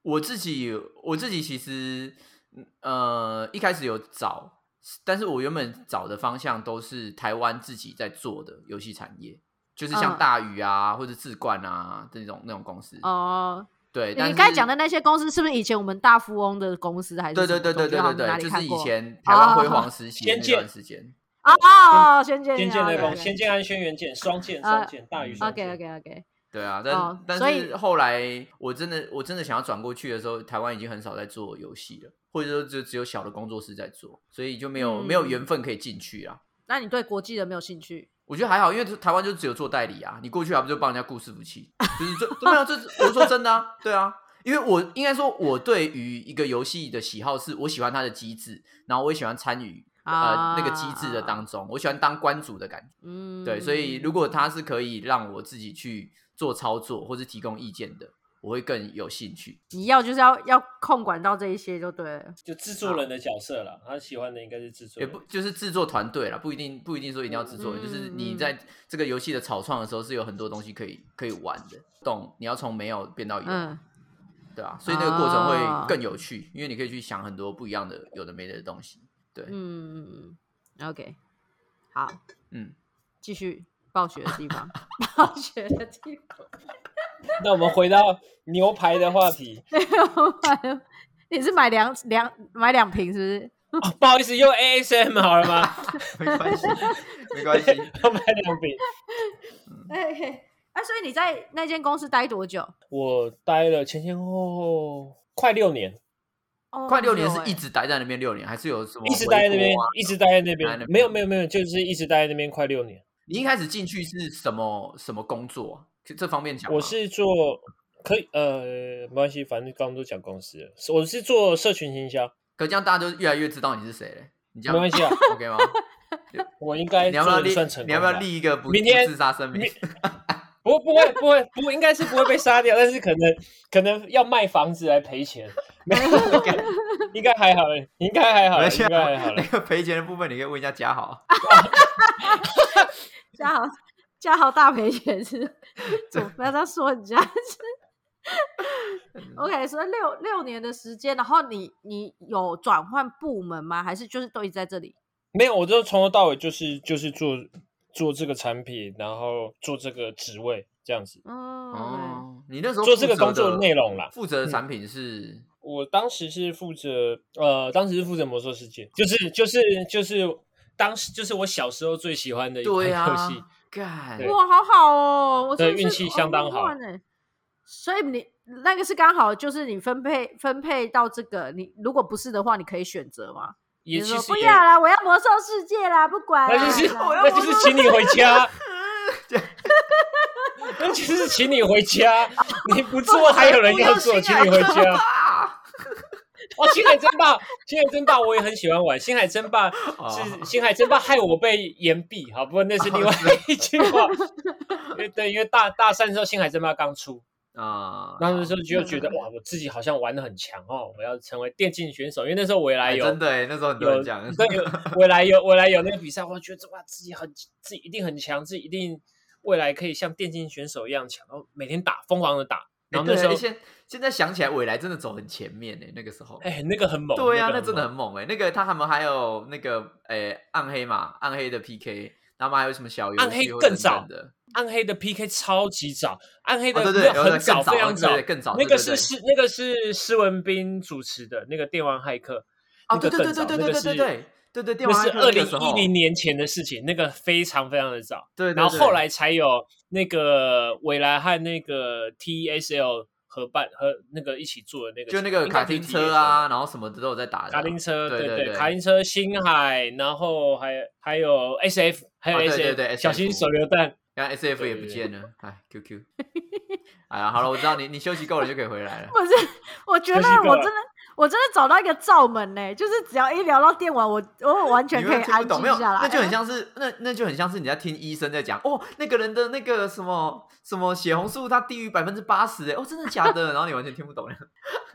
S2: 我自己我自己其实呃一开始有找，但是我原本找的方向都是台湾自己在做的游戏产业，就是像
S1: 嗯
S2: 大宇啊、或者智冠啊这种那种公司。
S1: 哦、
S2: 对，
S1: 你
S2: 但是
S1: 刚才讲的那些公司，是不是以前我们大富翁的公司还是
S2: 对
S1: 什么
S2: 对对对对
S1: 我觉得
S2: 对
S1: 好像
S2: 对，
S1: 哪里
S2: 就是
S1: 看
S2: 以
S1: 过
S2: 前台湾
S1: 哦
S2: 辉煌时期的那
S3: 仙
S2: 段
S3: 剑
S2: 时间。
S1: 哦哦哦，仙剑
S3: 仙剑
S1: 啊
S3: 那
S1: 对
S3: 种，
S1: 对
S3: 仙剑安轩辕剑、双剑、
S1: 啊
S3: 三剑、大禹双剑。
S1: OK OK OK，
S2: 对啊，但、
S1: 哦
S2: 但
S1: 所以
S2: 是后来我真的我真的想要转过去的时候，台湾已经很少在做游戏了，或者说就只有小的工作室在做，所以就没有、没有
S1: 嗯
S2: 缘分可以进去啊。
S1: 那你对国际的没有兴趣？
S2: 我觉得还好，因为台湾就只有做代理啊，你过去还不就帮人家雇伺 服器？就是这没有，这我说真的啊，对啊，因为我应该说我对于一个游戏的喜好是我喜欢它的机制，然后我也喜欢参与
S1: 啊
S2: 呃那个机制的当中，我喜欢当关主的感觉。
S1: 嗯，
S2: 对，所以如果它是可以让我自己去做操作或是提供意见的，我会更有兴趣。
S1: 你要就是要要控管到这一些就对了。
S3: 就制作人的角色了，他喜欢的应该是制作
S2: 也
S3: 人。
S2: 不就是制作团队啦，不一定不一定说一定要制作人，就是你
S1: 嗯
S2: 在这个游戏的草创的时候是有很多东西可以可以玩的，懂？你要从没有变到有，
S1: 嗯，
S2: 对啊，所以那个过程
S1: 啊
S2: 会更有趣，因为你可以去想很多不一样的有的没的东西。对，
S1: 嗯嗯嗯，OK，好，
S2: 嗯，
S1: 继续暴雪的地方， 暴雪的地方，
S3: 那我们回到牛排的 话题
S1: 我买了 你是买两两买两瓶是不是？
S3: 哦，不好意思，又 ASM 好了吗？
S2: 没关系，没 关系。
S3: 我买两瓶。
S1: 哎、嘿啊，所以你在那间公司待多久？
S3: 我待了前前后后快六年，
S1: 哦
S2: 快
S1: 很
S2: 六年
S1: 久
S2: 是一
S1: 欸
S2: 直待在那边六年，还是有什么
S3: 一直待在那边
S2: 回国啊，
S3: 一直待在那
S2: 待在那
S3: 边，
S2: 边
S3: 没有没有没有，就是一直待在那边快六年。
S2: 你一开始进去是什么什么工作啊？这这方面讲吗，
S3: 我是做可以呃，没关系，反正刚刚都讲公司了，我是做社群行销，
S2: 可这样大家就越来越知道你是谁嘞。你这
S3: 没
S2: 样
S3: 关系啊，
S2: OK 吗？
S3: 我应该
S2: 你要不要
S3: 做
S2: 立
S3: 的算成功吧。
S2: 你要不要立一个不
S3: 明天
S2: 不自杀声明
S3: 明？不不会不会不应该是不会被杀掉，但是可能可能要卖房子来赔钱，应该还好，欸应该还好，
S2: 而
S3: 呃应
S2: 且
S3: 该还好
S2: 啊
S3: 欸
S2: 那。个赔钱的部分，你可以问一下嘉豪，
S1: 嘉豪嘉豪大赔钱 是，怎么不要这样说人家？OK，所以六六年的时间，然后你你有转换部门吗？还是就是都一直在这里？
S3: 没有，我就从头到尾就是就是做做这个产品，然后做这个职位这样子。
S1: 嗯，OK
S2: 哦，你那时候
S3: 做这个
S2: 负责
S3: 工作
S2: 的
S3: 内容啦啊
S2: 负责的产品是
S3: 我当时是负责，呃，当时是负责魔兽世界，就是就是就是当时就是我小时候最喜欢的一款
S2: 对啊
S3: 嗯游戏。，
S2: 干
S3: 对
S1: 哇，好好哦，我
S3: 对
S1: 真的是
S3: 运气相当好
S1: all in one 欸所以你那个是刚好就是你分配分配到这个，你如果不是的话，你可以选择吗？
S3: 也
S1: 你
S3: 其
S1: 说
S3: 实
S1: 不
S3: 也
S1: 要啦，我要魔兽世界啦，不管啦。
S3: 那就是
S1: 啦。
S3: 那就是请你回家， 那就是请你回 家。你不做，还有人要啊做，请你回家。哦，星海争霸，星海争霸我也很喜欢玩。星海争霸是星海争霸害我被岩壁，好不过那是另外一句话。因为对，因为大大三的时候星海争霸刚出，
S2: 啊，
S3: 那时候就觉得哇，我自己好像玩的很强哦，我要成为电竞选手。因为那时候未来
S2: 哎
S3: 有
S2: 真的哎，那时候很多
S3: 有
S2: 人讲，
S3: 对，有未来有未来有那个比赛，我觉得哇，自己很自己一定很强，自己一定未来可以像电竞选手一样强，然后每天打疯狂的打，
S2: 哎
S3: 然后那
S2: 对
S3: 时候
S2: 哎现现在想起来，未来真的走很前面呢，那个时候。
S3: 哎、那个很猛，
S2: 对啊，
S3: 个
S2: 那真的
S3: 猛
S2: 很猛哎！那个他他们还有那个诶暗黑嘛，暗黑的 PK，他们还有什么小游戏
S3: 暗黑
S2: 或
S3: 更
S2: 等
S3: 早
S2: 等的，
S3: 暗黑的 PK 超级早，暗黑的
S2: 哦对对，
S3: 那
S2: 有的
S3: 很
S2: 更
S3: 非常
S2: 对对对更早，
S3: 那
S2: 对对
S3: 个
S2: 对
S3: 是施那个是施文斌主持的那个电玩骇客，
S2: 哦，
S3: 那
S2: 对
S3: 个
S2: 对对对
S3: 更早
S2: 对
S3: 那
S2: 对
S3: 个
S2: 对对
S3: 是
S2: 对对对，电
S3: 那
S2: 玩
S3: 是
S2: 骇客
S3: 二
S2: 那
S3: 零
S2: 个时候
S3: 一零，年前的事情，那个非常非常的早。
S2: 对，对
S3: 然后
S2: 对
S3: 后来才有那个未来和那个 TSL 合办和那个一起做的那个，
S2: 就那个卡丁
S3: E
S2: 车，啊，然后什么的都有在打的啊，
S3: 卡丁车，
S2: 对
S3: 对
S2: 对对
S3: 卡丁车、星海，然后还还有 SF，还有
S2: 啊
S3: SF，、
S2: 对对对
S3: 小心
S2: SF
S3: 手榴弹。
S2: 刚刚 S F 也不见了，哎，Q Q，哎呀，好了，我知道你你休息够了就可以回来了
S1: 不是，我觉
S3: 可
S1: 得
S3: 惜够
S1: 我
S3: 了
S1: 真的我真的找到一个罩门呢、就是只要一聊到电玩，我我完全
S2: 你
S1: 可
S2: 会
S1: 以
S2: 听不
S1: 安
S2: 懂，
S1: 静
S2: 没有，
S1: 下来，
S2: 那就很像是那那就很像是你在听医生在讲哦，那个人的那个什么什么血红素，它低于百分之八十，哎，哦，真的假的？然后你完全听不懂。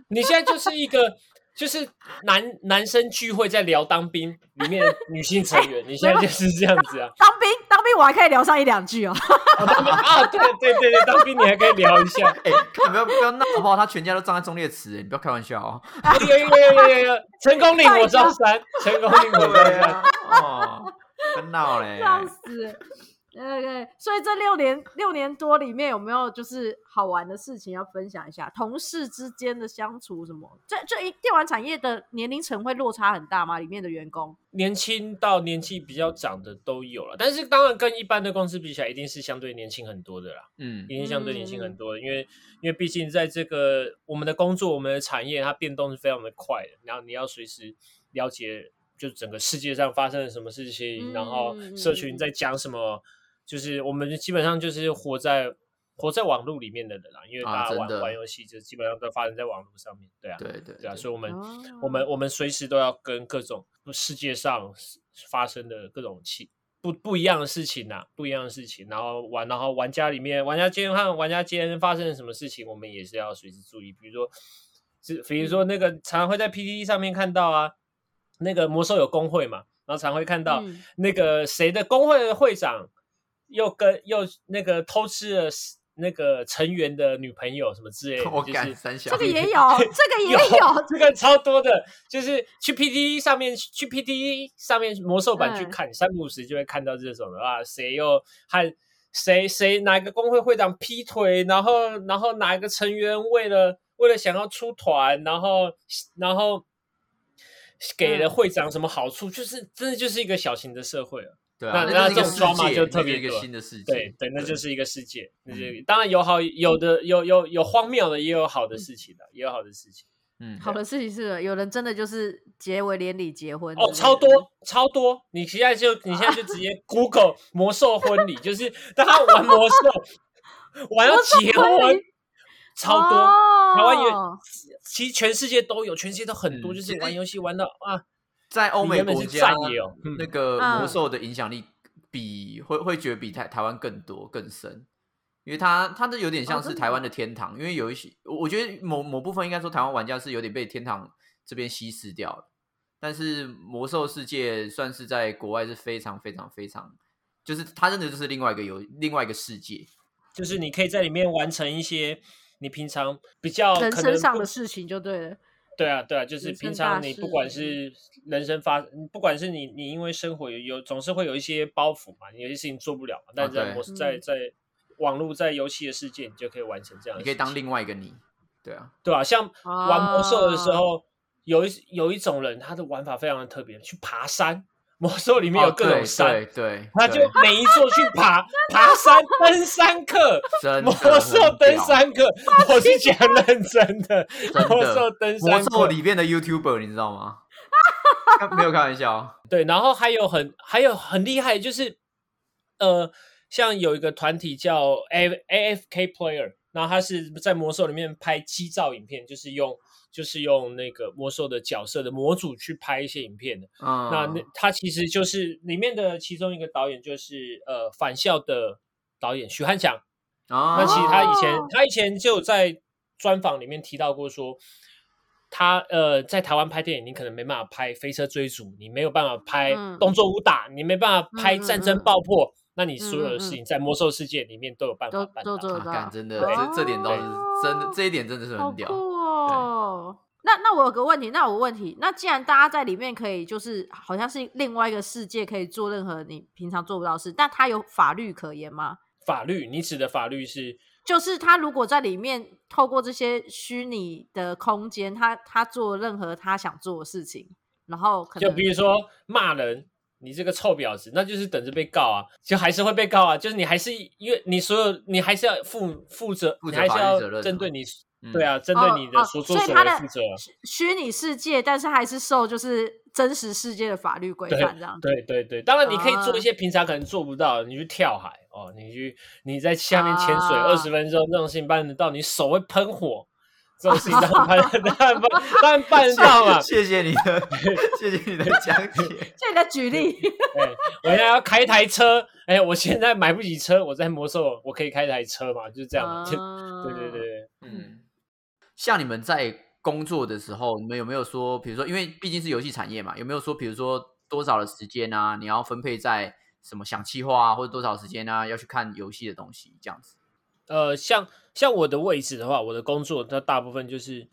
S3: 你现在就是一个就是男男生聚会在聊当兵里面的女性成员，你现在就是这样 子啊。
S1: 当兵当兵，我还可以聊上一两句哦、
S3: 哦，当兵啊，对对对对，当兵你还可以聊一下。
S2: 哎，看不要不要闹好不好？他全家都站在中列祠，哎你不要开玩笑 哦。
S3: 有有有有有有，哎成功领我招三，成功领我招
S2: 对
S3: 三。
S2: 啊，哦，不要闹 嘞。
S1: 笑死。OK，所以这六年六年多里面有没有就是好玩的事情要分享一下？同事之间的相处什么？这这一电玩产业的年龄层会落差很大吗？里面的员工
S3: 年轻到年纪比较长的都有了，但是当然跟一般的公司比起来，一定是相对年轻很多的啦，
S2: 嗯
S3: 一定相对年轻很多的，因为因为毕竟在这个我们的工作，我们的产业它变动是非常的快的，然后你要随时了解就整个世界上发生了什么事
S1: 嗯
S3: 情，然后社群在讲什么，就是我们基本上就是活在活在网络里面的人啦，因为
S2: 啊
S3: 大家玩、
S2: 真的
S3: 玩游戏就基本上都发生在网络上面，对啊，
S2: 对对
S3: 对啊，所以我们。
S1: 哦
S3: 我们我们随时都要跟各种世界上发生的各种气不不一样的事情呐、不一样的事情，然后玩，然后玩家里面玩家间和玩家间发生了什么事情，我们也是要随时注意。比如说，只比如说那个常常会在 PPT 上面看到啊，那个魔兽有工会嘛，然后常会看到、
S1: 嗯
S3: 那个谁的工会的会长又跟又那个偷吃了那个成员的女朋友什么之类 的，
S2: 我
S3: 就
S2: 敢
S3: 是
S2: 三小，
S1: 这个也有，这个 也 有，
S3: 这个超多的，就是去 P T E 上面去 P T E 上面魔兽版去
S1: 嗯
S3: 看，三不五时就会看到这种的啊，谁又和谁谁哪个工会会长劈腿，然后然后哪个成员为了为了想要出团，然后然后给了
S1: 嗯
S3: 会长什么好处，就是真的就是一个小型的社会了。
S2: 对啊，那
S3: 那那这
S2: 就是
S3: 种
S2: 一个世界
S3: drama 就
S2: 那
S3: 特别
S2: 一个
S3: 多
S2: 新的世界，
S3: 对对，那就是一个世界。那就
S2: 嗯
S3: 当然有好有的有有有荒谬的，也有好的事情的，也有好的事情。
S2: 嗯，
S1: 好的事情是有人真的就是结为连理结婚
S3: 哦，
S1: 之类
S3: 超
S1: 的
S3: 多超多！你现在就你现在就直 接 Google 魔兽婚礼，就是大家玩魔兽，玩要结
S1: 婚
S3: 婚
S1: 礼，
S3: 超多。台湾也
S1: 哦
S3: 其实全世界都有，全世界都很多，
S2: 嗯
S3: 就
S2: 其
S3: 是
S2: 实
S3: 玩游戏玩到啊，
S2: 在欧
S3: 你
S2: 美
S3: 原本
S2: 国
S3: 是
S2: 家
S3: 战友，嗯
S2: 那个
S1: 嗯
S2: 魔兽的影响力比会会觉得比台台湾更多更深，因为它它这有点像
S1: 哦真
S2: 是
S1: 的
S2: 台湾
S1: 哦
S2: 的天堂，因为有一些我我觉得某某部分应该说台湾玩家是有点被天堂这边稀释掉了，但是魔兽世界算是在国外是非常非常非常，就是它真的就是另外一个游另外一个世界，
S3: 就是你可以在里面完成一些你平常比较
S1: 人
S3: 可
S1: 身
S3: 能
S1: 上
S3: 不
S1: 的事情就对了。
S3: 对啊，对啊，就是
S1: 人
S3: 平
S1: 生
S3: 常
S1: 大
S3: 你不
S1: 事
S3: 管是人生发，嗯不管是你你因为生活有有总是会有一些包袱嘛，你有些事情做不了嘛，但在
S2: 啊对
S3: 模式在
S1: 嗯
S3: 在网络在游戏的世界，你就可以完成这样的
S2: 你
S3: 事情。
S2: 可以当另外一个你，对啊，
S3: 对啊，像玩魔兽的时
S1: 啊
S3: 候，有一有一种人他的玩法非常的特别，去爬山。魔兽里面有
S2: 哦
S3: 各种
S2: 对
S3: 山，
S2: 对对，
S3: 他就
S2: 对
S3: 每一座去 爬爬山登山客。
S2: 真
S3: 魔
S2: 的
S3: 兽
S2: 很
S3: 登
S2: 屌
S3: 山客，我是讲认真的。
S2: 真
S3: 魔
S2: 的
S3: 兽登
S2: 魔
S3: 山
S2: 兽
S3: 客，
S2: 里面的 YouTuber，你知道 吗？没有开玩笑，哦
S3: 对，然后还有很还有很厉害，就是呃，像有一个团体叫 A A F K Player，然后他是在魔兽里面拍机照影片，就是用就是用那个魔兽的角色的模组去拍一些影片的。
S2: 嗯，
S3: 那那他其实就是里面的其中一个导演，就是呃返校的导演许汉强。
S2: 啊，
S3: 那其实他以前
S1: 哦，
S3: 他以前就有在专访里面提到过说，他呃在台湾拍电影，你可能没办法拍飞车追逐，你没有办法拍
S1: 嗯
S3: 动作武打，你没办法拍
S1: 嗯嗯
S3: 战争
S1: 嗯
S3: 爆破，那你所有
S1: 嗯嗯
S3: 的
S1: 嗯
S3: 事情在魔兽世界里面都有办法
S1: 都
S3: 办
S1: 都
S3: 到。
S1: 做
S2: 啊
S1: 得
S2: 干
S1: 到，
S2: 真的，
S1: 对
S2: 这这点倒是真的
S1: 哦，
S2: 这一点真的是
S1: 好
S2: 很屌
S1: 酷。哦。那那我有个问题，那我有问题，那既然大家在里面可以就是好像是另外一个世界，可以做任何你平常做不到的事，但他有法律可言吗？
S3: 法律，你指的法律是
S1: 就是他如果在里面透过这些虚拟的空间，他他做任何他想做的事情，然后可能
S3: 就比如说骂人。你这个臭婊子，那就是等着被告啊，就还是会被告啊，就是你还是因为你所有，你还是要负负责，
S2: 负
S3: 你
S2: 责
S3: 还是
S2: 法律
S3: 要
S2: 责任
S3: 针
S2: 啊
S3: 对你，
S2: 嗯
S3: 对，啊，针
S1: 哦
S3: 对你的
S1: 哦
S3: 所作
S1: 所以
S3: 所
S1: 他
S3: 为
S1: 的
S3: 负责啊。
S1: 虚虚拟世界，但是还是受就是真实世界的法律规
S3: 对
S1: 范这样子。
S3: 对对对，当然你可以做
S1: 啊
S3: 一些平常可能做不到的，你去跳海哦，你去你在下面潜水
S1: 啊
S3: 二十分钟，这种事情办得到，你手会喷火，这种事情当然办当然办当然办得到嘛。
S2: 谢谢你的， 谢谢你的讲解。
S1: 这里的举例，
S3: 我现在要开一台车，哎，我现在买不起车，我在魔兽我可以开一台车嘛，就是这样嘛。
S1: 哦
S3: 就对对
S1: 啊
S3: 对，对，
S2: 嗯，像你们在工作的时候，你们有没有说，比如说，因为毕竟是游戏产业嘛，有没有说，比如说多少的时间啊，你要分配在什么想企划啊，或者多少时间啊，要去看游戏的东西这样子？
S3: 呃，像像我的位置的话，我的工作它大部分就是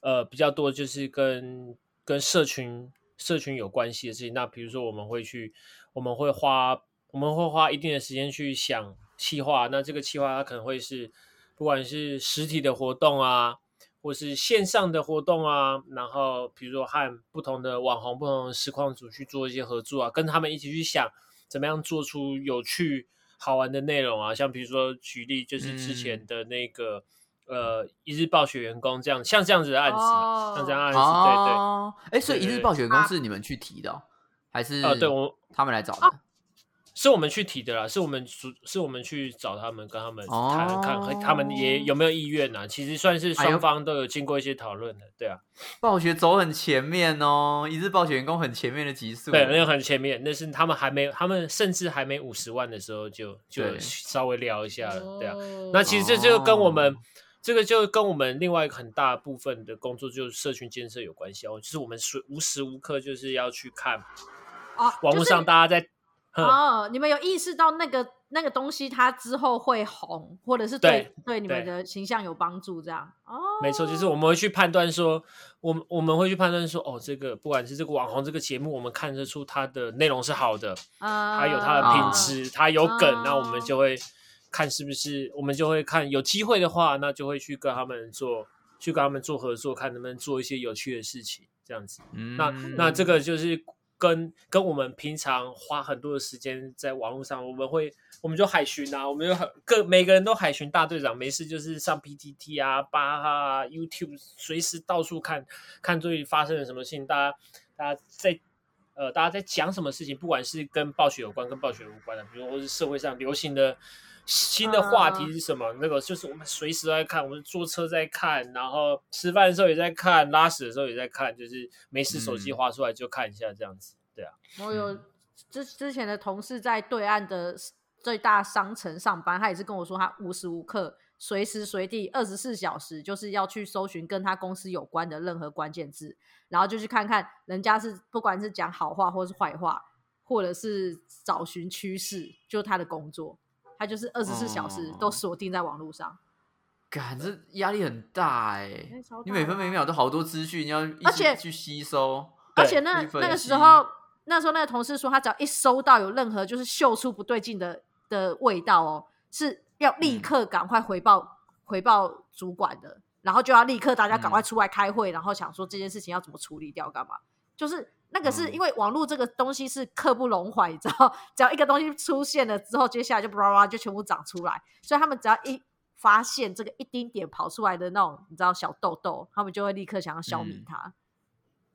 S3: 呃比较多就是跟跟社群社群有关系的事情。那比如说我们会去，我们会花我们会花一定的时间去想企划，那这个企划它可能会是不管是实体的活动啊。或是线上的活动啊，然后比如说和不同的网红、不同的实况组去做一些合作啊，跟他们一起去想怎么样做出有趣好玩的内容啊，像比如说举例就是之前
S2: 嗯
S3: 的那个、呃一日暴雪员工这样，像这样子的案子嘛，
S1: 哦
S3: 像这样的案子，
S2: 哦，哎，所以一
S3: 对对
S2: 日
S3: 对
S2: 暴雪
S1: 啊
S2: 公司你们去提的哦，还是
S3: 对对，呃，对我
S2: 他们来找的？
S3: 是我们去提的啦，是我们主是我们去找他们跟他们
S2: 哦
S3: 谈看看，他们也有没有意愿啊，其实算是
S2: 哎呦
S3: 双方都有经过一些讨论的，对啊，
S2: 暴雪走很前面哦，一日暴雪员工很前面的集数。
S3: 对，那个很前面，那是他们还没，他们甚至还没五十万的时候就就
S2: 对
S3: 稍微聊一下了，对啊，
S1: 哦
S3: 那其实这就跟我们、
S2: 哦
S3: 这个就跟我们另外一个很大部分的工作就是社群建设有关系哦，就是我们是无时无刻就是要去看
S1: 哦
S3: 网络上
S1: 就是
S3: 大嗯家在，哼
S1: 哦，你们有意识到那个那个东西它之后会红，或者是对对你们
S3: 对
S1: 的形象有帮助，这样哦，
S3: 没错，就是我们会去判断说，我们我们会去判断说，哦，这个不管是这个网红这个节目，我们看得出它的内容是好的，
S1: 呃，
S3: 它有它的品质，它有梗，那我
S1: 啊
S3: 们就会看是不是，我们就会看有机会的话，那就会去跟他们做，去跟他们做合作，看能不能做一些有趣的事情，这样子。
S2: 嗯
S3: 那那这个就是跟跟我们平常花很多的时间在网络上，我们会我们就海巡啊，我们就很各每个人都海巡大队长，没事就是上 PTT 啊、巴哈啊、YouTube，随时到处看看最近发生了什么事情，大家大家在。呃，大家在讲什么事情？不管是跟暴雪有关、跟暴雪无关的，比如或是社会上流行的新的话题是什么？那个就是我们随时都在看，我们坐车在看，然后吃饭的时候也在看，拉屎的时候也在看，就是没事手机
S2: 嗯
S3: 划出来就看一下这样子。对啊，
S1: 我有之之前的同事在对岸的最大商城上班，他也是跟我说，他无时无刻、随时随地、二十四小时，就是要去搜寻跟他公司有关的任何关键字，然后就去看看人家是不管是讲好话或是坏话，或者是找寻趋势，就是他的工作，他就是二十四小时都
S2: 哦
S1: 锁定在网络上。
S2: 感这压力很大哎、
S1: 那超大的啊
S2: 你每分每秒都好多资讯，你要一
S1: 而且
S2: 起去吸收。
S1: 而
S3: 对
S1: 且那
S2: 一分
S1: 那个
S2: 析
S1: 时候，那时候那个同事说，他只要一收到有任何就是嗅出不对劲的的味道哦，是要立
S2: 嗯
S1: 刻赶快回报、回报主管的，然后就要立刻大家赶
S2: 嗯
S1: 快出来开会，然后想说这件事情要怎么处理掉，干嘛？就是那个是
S2: 嗯
S1: 因为网络这个东西是刻不容缓，你知道， 只要一个东西出现了之后，接下来就叭叭叭就全部长出来，所以他们只要一发现这个一丁点跑出来的那种，你知道小痘痘，他们就会立刻想要消灭
S2: 嗯
S1: 它，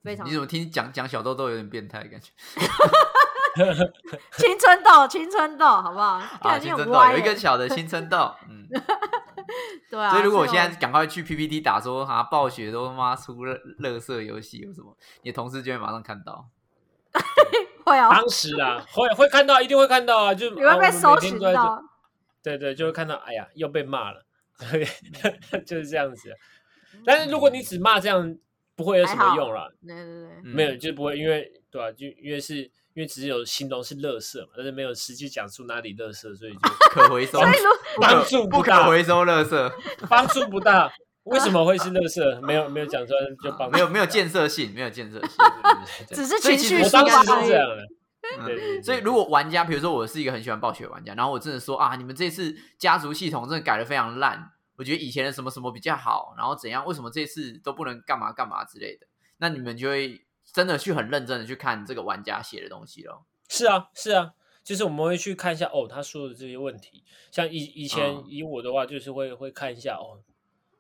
S1: 非常
S2: 你怎么听讲讲小豆豆有点变态的感觉？
S1: 青春痘，青春痘，好不好？
S2: 啊，
S1: 感觉
S2: 青
S1: 很
S2: 春豆
S1: 歪
S2: 有一
S1: 欸
S2: 根小的青春豆， 嗯，
S1: 对啊。
S2: 所以如果我
S1: 这
S2: 现
S1: 种
S2: 在赶快去 PPT 打说哈、暴雪都他妈出乐乐色游戏有什么，你的同事就会马上看到。
S1: 会啊，
S3: 当时啊，会会看到，一定会看到啊，就
S1: 你会被搜寻。
S3: 啊我们每天都在做
S1: 到。
S3: 对对，就会看到，哎呀，又被骂了，
S1: 嗯
S3: 就是这样子。但是如果你只骂这样，不会有什么用啦，
S1: 对对对，
S2: 嗯、
S3: 没有就不会，因为对啊，就因为是因为只是有形容是乐色嘛，但是没有实际讲出哪里乐色，所以就
S2: 可回收，
S1: 所以如
S2: 不
S3: 帮助
S2: 可不
S3: 大
S2: 可，回收乐色，
S3: 帮助不大。为什么会是乐 色？没有没有讲出来就帮
S2: 没有没有建设性，没有建 设性，
S1: 只是
S2: 所以
S1: 情
S2: 其
S1: 绪
S2: 实
S3: 我
S1: 抒
S3: 当时
S1: 发
S3: 是这样的，
S2: 嗯
S3: 对对对
S2: 所以如果玩家，比如说我是一个很喜欢暴雪的玩家，然后我真的说啊，你们这次家族系统真的改的非常烂，我觉得以前的什么什么比较好，然后怎样，为什么这次都不能干嘛干嘛之类的，那你们就会真的去很认真的去看这个玩家写的东西咯。
S3: 是啊，是啊，就是我们会去看一下哦，他说的这些问题，像以以前、
S2: 嗯
S3: 以我的话，就是会会看一下哦，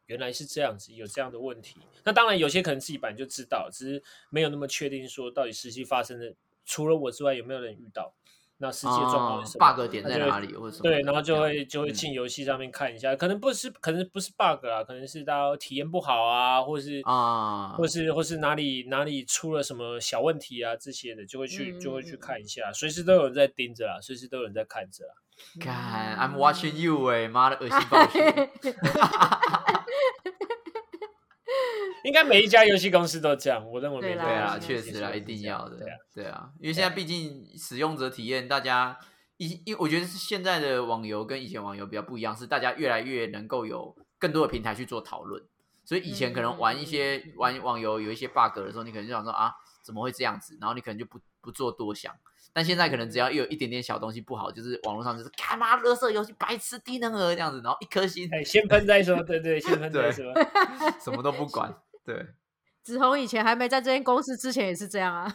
S3: 原来是这样子，有这样的问题。那当然有些可能自己本来就知道，只是没有那么确定说到底实际发生的，除了我之外有没有人遇到，那实际的状况是什么、
S2: 哦、，bug 点
S3: 那
S2: 在
S3: 就会
S2: 哪里或者什么的？
S3: 对，然后就
S2: 这
S3: 会
S2: 样
S3: 就会
S2: 嗯
S3: 进游戏上面看一下，可能不是，可能不是 bug 啦，可能是大家体验不好啊，或是
S2: 啊
S3: 或是或是哪里哪里出了什么小问题啊这些的，就会去就会去
S1: 嗯嗯嗯
S3: 看一下，随时都有人在盯着啊，随时都有人在看着啊。
S2: 看，I'm watching you，哎、妈的，恶心暴雪。
S3: 应该每一家游戏公司都这样，我认为
S1: 对
S3: 每
S1: 啦
S3: 家
S2: 对啊，
S3: 游戏公
S2: 确
S3: 司
S2: 实啦，
S3: 也
S2: 一
S3: 是这
S2: 定
S3: 样
S2: 要的
S3: 对啊，，
S2: 对啊，因为现在毕竟使用者体验，大家一因为我觉得是现在的网游跟以前网游比较不一样，是大家越来越能够有更多的平台去做讨论，所以以前可能玩一些、
S1: 嗯
S2: 玩网游有一些 bug 的时候，你可能就想说啊，怎么会这样子？然后你可能就不不做多想。但现在可能只要一有一点点小东西不好，就是网络上就是干嘛垃圾游戏白痴低能儿这样子，然后一颗星
S3: 哎，先喷再说，对对， 先喷再说。
S2: 什么都不管，对，
S1: 子红以前还没在这间公司之前也是这样 啊，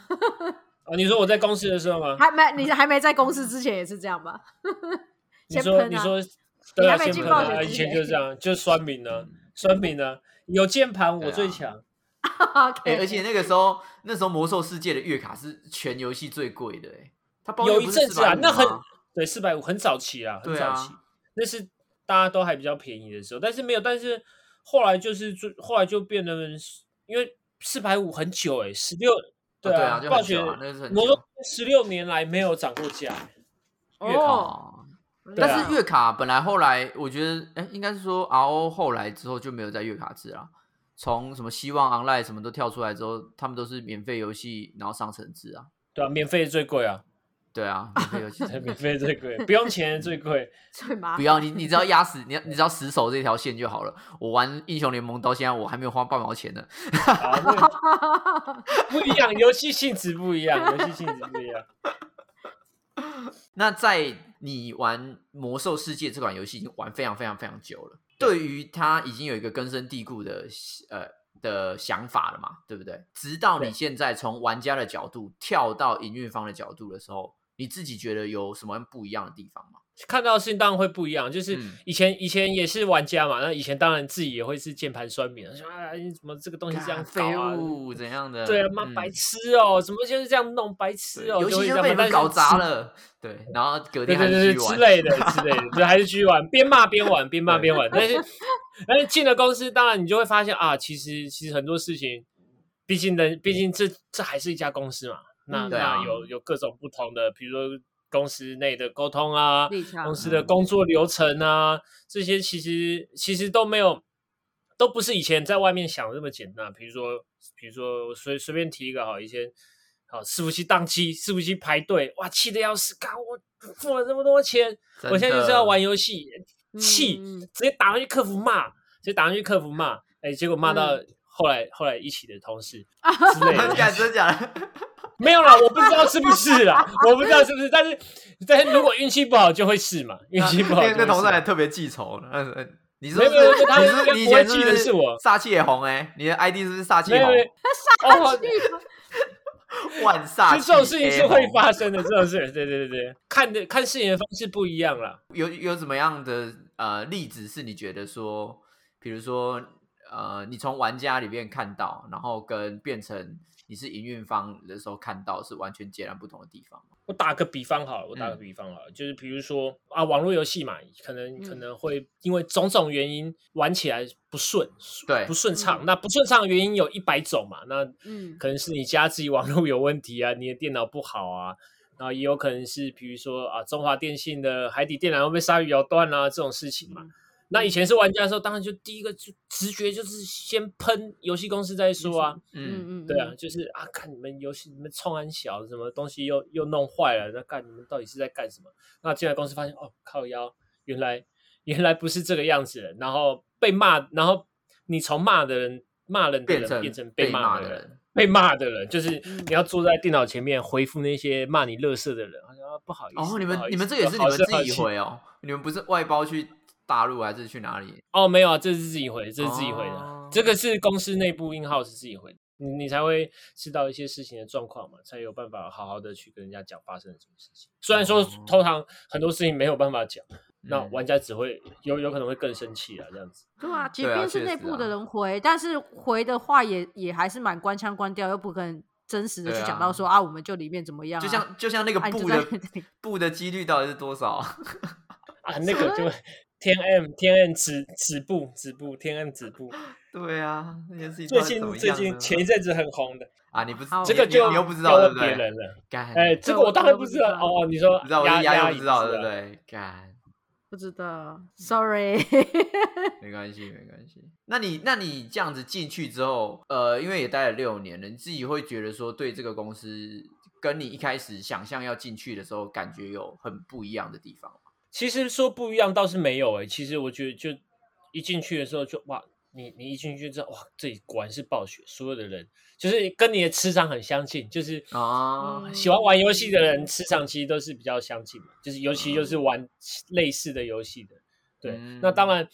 S3: 哦，你说我在公司的时候吗？
S1: 还没你还没在公司之前也是这样吧？
S3: 你
S1: 先
S3: 说
S1: 喷
S3: 你
S1: 啊！
S3: 说，对啊，
S1: 还没
S3: 先
S1: 进
S3: 喷
S1: 暴雪
S3: 啊，
S1: 之
S3: 以前
S1: 前嗯
S3: 就是这样，就酸民呢，酸民呢，有键盘
S2: 对
S3: 我
S2: 啊
S3: 最强，
S2: 哎、
S3: 哦
S1: OK
S2: 而且那个时候，那时候魔兽世界的月卡是全游戏最贵的、哎，它包月
S3: 有一
S2: 不是
S3: 阵子啊
S2: 450，
S3: 那很
S2: 吗哦
S3: 对，四百五很早期啦，很
S2: 对
S3: 早期
S2: 啊，，
S3: 那是大家都还比较便宜的时候，但是没有，但是后来就是就后来就变得，因为四百五很久哎、欸，十六
S2: 对
S3: 啊，
S2: 就
S3: 暴
S2: 很
S3: 雪
S2: 久啊，那是很
S3: 魔
S2: 久
S3: 兽十六年来没有涨过价，月卡
S1: 哦，
S2: 哦。
S3: 对啊
S2: 但是月卡本来后来，我觉得，哎、应该是说 RO 后来之后就没有在月卡制啦。从什么希望 Online 什么都跳出来之后，他们都是免费游戏，然后上层制啊。
S3: 对啊，免费最贵啊，
S2: 对啊，免费游 戏
S3: 免费最贵，不用钱最贵，
S1: 最麻
S2: 不
S1: 烦。
S2: 要你，你只要压死你，你只要死守这条线就好了。我玩英雄联盟到现在，我还没有花半毛钱呢。
S3: 啊，那 不一样，游戏性质不一样，游戏性质不一样。
S2: 那在你玩《魔兽世界》这款游戏已经玩非常非常非常久了，对于它已经有一个根深蒂固的呃的想法了嘛，对不对？直到你
S3: 对
S2: 现在从玩家的角度跳到营运方的角度的时候，你自己觉得有什么不一样的地方吗？
S3: 看到的事情当然会不一样，就是
S2: 嗯
S3: 以前、以前也是玩家嘛，那以前当然自己也会是键盘酸民，说啊你怎么这个东西这样
S2: 干废
S3: 搞啊，
S2: 物怎样的？
S3: 对啊，妈
S2: 嗯
S3: 白痴哦、怎么就是这样弄白痴
S2: 对
S3: 哦、
S2: 游戏
S3: 就
S2: 就
S3: 会这
S2: 被
S3: 样
S2: 你
S3: 嘛
S2: 们搞砸，
S3: 但是
S2: 了， 对，然后隔天
S3: 对对
S2: 还
S3: 对
S2: 是
S3: 对
S2: 去
S3: 之
S2: 玩，
S3: 类的之类 的，就还是继续玩，边骂边玩，边骂边玩。但是但是进了公司，当然你就会发现啊，其实其实很多事情，毕竟人，毕竟这这还是一家公司嘛，那、
S1: 嗯
S2: 嗯对
S3: 那
S2: 啊
S3: 有有各种不同的，比如说公司内的沟通啊，
S1: 立场
S3: 公司的工作流程啊，这些其实其实都没有，都不是以前在外面想的那么简单。比如说，比如说我随随便提一个好，以前好伺服器宕机，伺服器排队，哇，气得要死，干我付了这么多钱，我现在就是 要玩游戏，气，
S1: 嗯嗯
S3: 直接打上去客服骂，直接打上去客服骂，哎，结果骂到后来、后来一起的同事之类的，
S2: 敢真假的？
S3: 没有啦，我不知道是不是啦，我不知道是不是，但是但是如果运气不好就会是嘛， 运气不好就
S2: 那
S3: 会
S2: 个同事
S3: 是
S2: 还特别记仇呢。嗯嗯你是不
S3: 没
S2: 是
S3: 有没有他
S2: 你
S3: 应
S2: 是
S3: 该
S2: 你以
S3: 不会
S2: 前
S3: 记得
S2: 是
S3: 是我
S2: 煞气也红哎，你的 ID 是不是煞气
S3: 没有没有
S2: 红？
S1: 啊
S3: 哦，
S2: 万煞
S3: 就
S2: 气
S3: 这种事情是会
S2: A 红
S3: 发生的，这种事，对对对对，看的看事情的方式不一样啦。
S2: 有有怎么样的呃例子是你觉得说，比如说呃，你从玩家里面看到，然后跟变成你是营运方的时候看到是完全截然不同的地方吗？
S3: 我打个比方好了，我打个比方好了，就是比如说啊，网络游戏嘛，可能
S2: 嗯
S3: 可能会因为种种原因玩起来不顺，
S2: 对
S3: 不顺畅。
S1: 嗯
S3: 那不顺畅的原因有一百种嘛，那
S1: 嗯
S3: 可能是你家自己网络有问题啊，你的电脑不好啊，然后也有可能是比如说啊，中华电信的海底电缆会被鲨鱼咬断啊这种事情嘛。
S1: 嗯
S3: 那以前是玩家的时候，当然就第一个就直觉就是先喷游戏公司再说啊，
S2: 嗯，
S1: 嗯嗯，
S3: 对啊，就是啊，看你们游戏你们冲安小什么东西又又弄坏了，那干你们到底是在干什么？那进来公司发现哦靠腰，原来 原来不是这个样子的，然后被骂，然后你从骂的人骂人的
S2: 变
S3: 人
S2: 成
S3: 变成被
S2: 被
S3: 骂
S2: 的
S3: 的人。，被骂的人，就是
S1: 嗯
S3: 你要坐在电脑前面回复那些骂你乐色的人，好像啊不好意思。
S2: 哦，你
S3: 不
S2: 们
S3: 好意
S2: 你们
S3: 思
S2: 这个也是你
S3: 好
S2: 们
S3: 声
S2: 自
S3: 好
S2: 己
S3: 气
S2: 回哦，你们不是外包去大陆还是去哪里？
S3: 哦，没有啊，这是自己回，这是自己回的，
S2: 哦
S3: 这个是公司内部 in house 自己回的，你你才会知道一些事情的状况嘛，才有办法好好的去跟人家讲发生了什么事情。虽然说
S2: 哦
S3: 通常很多事情没有办法讲，那
S2: 嗯
S3: 玩家只会有有可能会更生气啊，这样子。
S1: 对啊，即
S2: 对啊
S1: 便是
S2: 确
S1: 内
S2: 实
S1: 部
S2: 啊
S1: 的人回，但是回的话也也还是蛮官腔官调，又不可能真实的
S2: 对
S1: 去
S2: 啊
S1: 讲到说啊，我们就里面怎么样啊，
S2: 就像就像那个
S1: 啊你就
S2: 布
S1: 在
S2: 的布的几率到底是多少？
S3: 啊，那个就天 M 天 M 止止步止步天 M 止步，
S2: 对啊，那件事情
S3: 最
S2: 到底怎
S3: 近
S2: 么
S3: 最
S2: 样
S3: 近
S2: 呢
S3: 前一阵子很红的，
S2: 啊，你不知
S1: 好
S3: 这个
S2: 你
S3: 就
S2: 你又不知
S3: 要
S2: 道对
S3: 问
S2: 不
S3: 别
S2: 对？
S3: 人了。
S2: 干，
S3: 哎，这个我当然不知道
S1: 我都不知道
S3: 哦。你说
S2: 不知道我
S3: 压
S2: 的
S3: 压
S2: 压力
S3: 抑
S2: 不知道，对
S3: 啊
S2: 不对？干，
S1: 不知
S2: 嗯
S1: 道，sorry，
S2: 没关系，没关系。那你那你这样子进去之后，呃，因为也待了六年了，你自己会觉得说对这个公司跟你一开始想象要进去的时候，感觉有很不一样的地方吗。
S3: 其实说不一样倒是没有诶、其实我觉得就一进去的时候就哇，你你一进去就知道哇，这里果然是暴雪，所有的人就是跟你的磁场很相近，就是
S2: 啊，
S1: 嗯
S3: 喜欢玩游戏的人磁场其实都是比较相近嘛，就是尤其就是玩类似的游戏的，对，
S2: 哦嗯
S3: 那当然。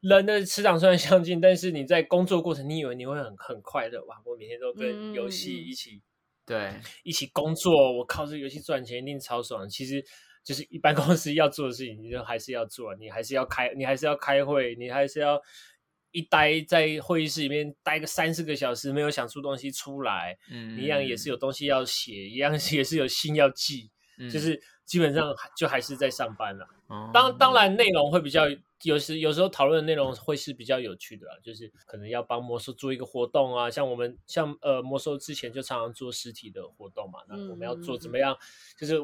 S3: 人的磁场虽然相近，但是你在工作过程，你以为你会很很快乐哇！我每天都跟游戏
S1: 嗯嗯嗯
S3: 一起
S2: 对，
S3: 一起工作，我靠这个游戏赚钱一定超爽。其实就是一般 公司要做的事情，你就还是要做，你还是要开，你还是要开会，你还是要一待在会议室里面待个三四个小时，没有想出东西出来，
S2: 嗯，
S3: 你一样也是有东西要写，一样 也是有信要寄，
S2: 嗯，
S3: 就是基本上还就还是在上班了。
S2: 哦
S3: 当当然内容会比较有时有时候讨论的内容会是比较有趣的啊，就是可能要帮魔兽做一个活动啊，像我们像呃魔兽之前就常常做实体的活动嘛，那我
S2: 嗯
S3: 们要做怎么样？就是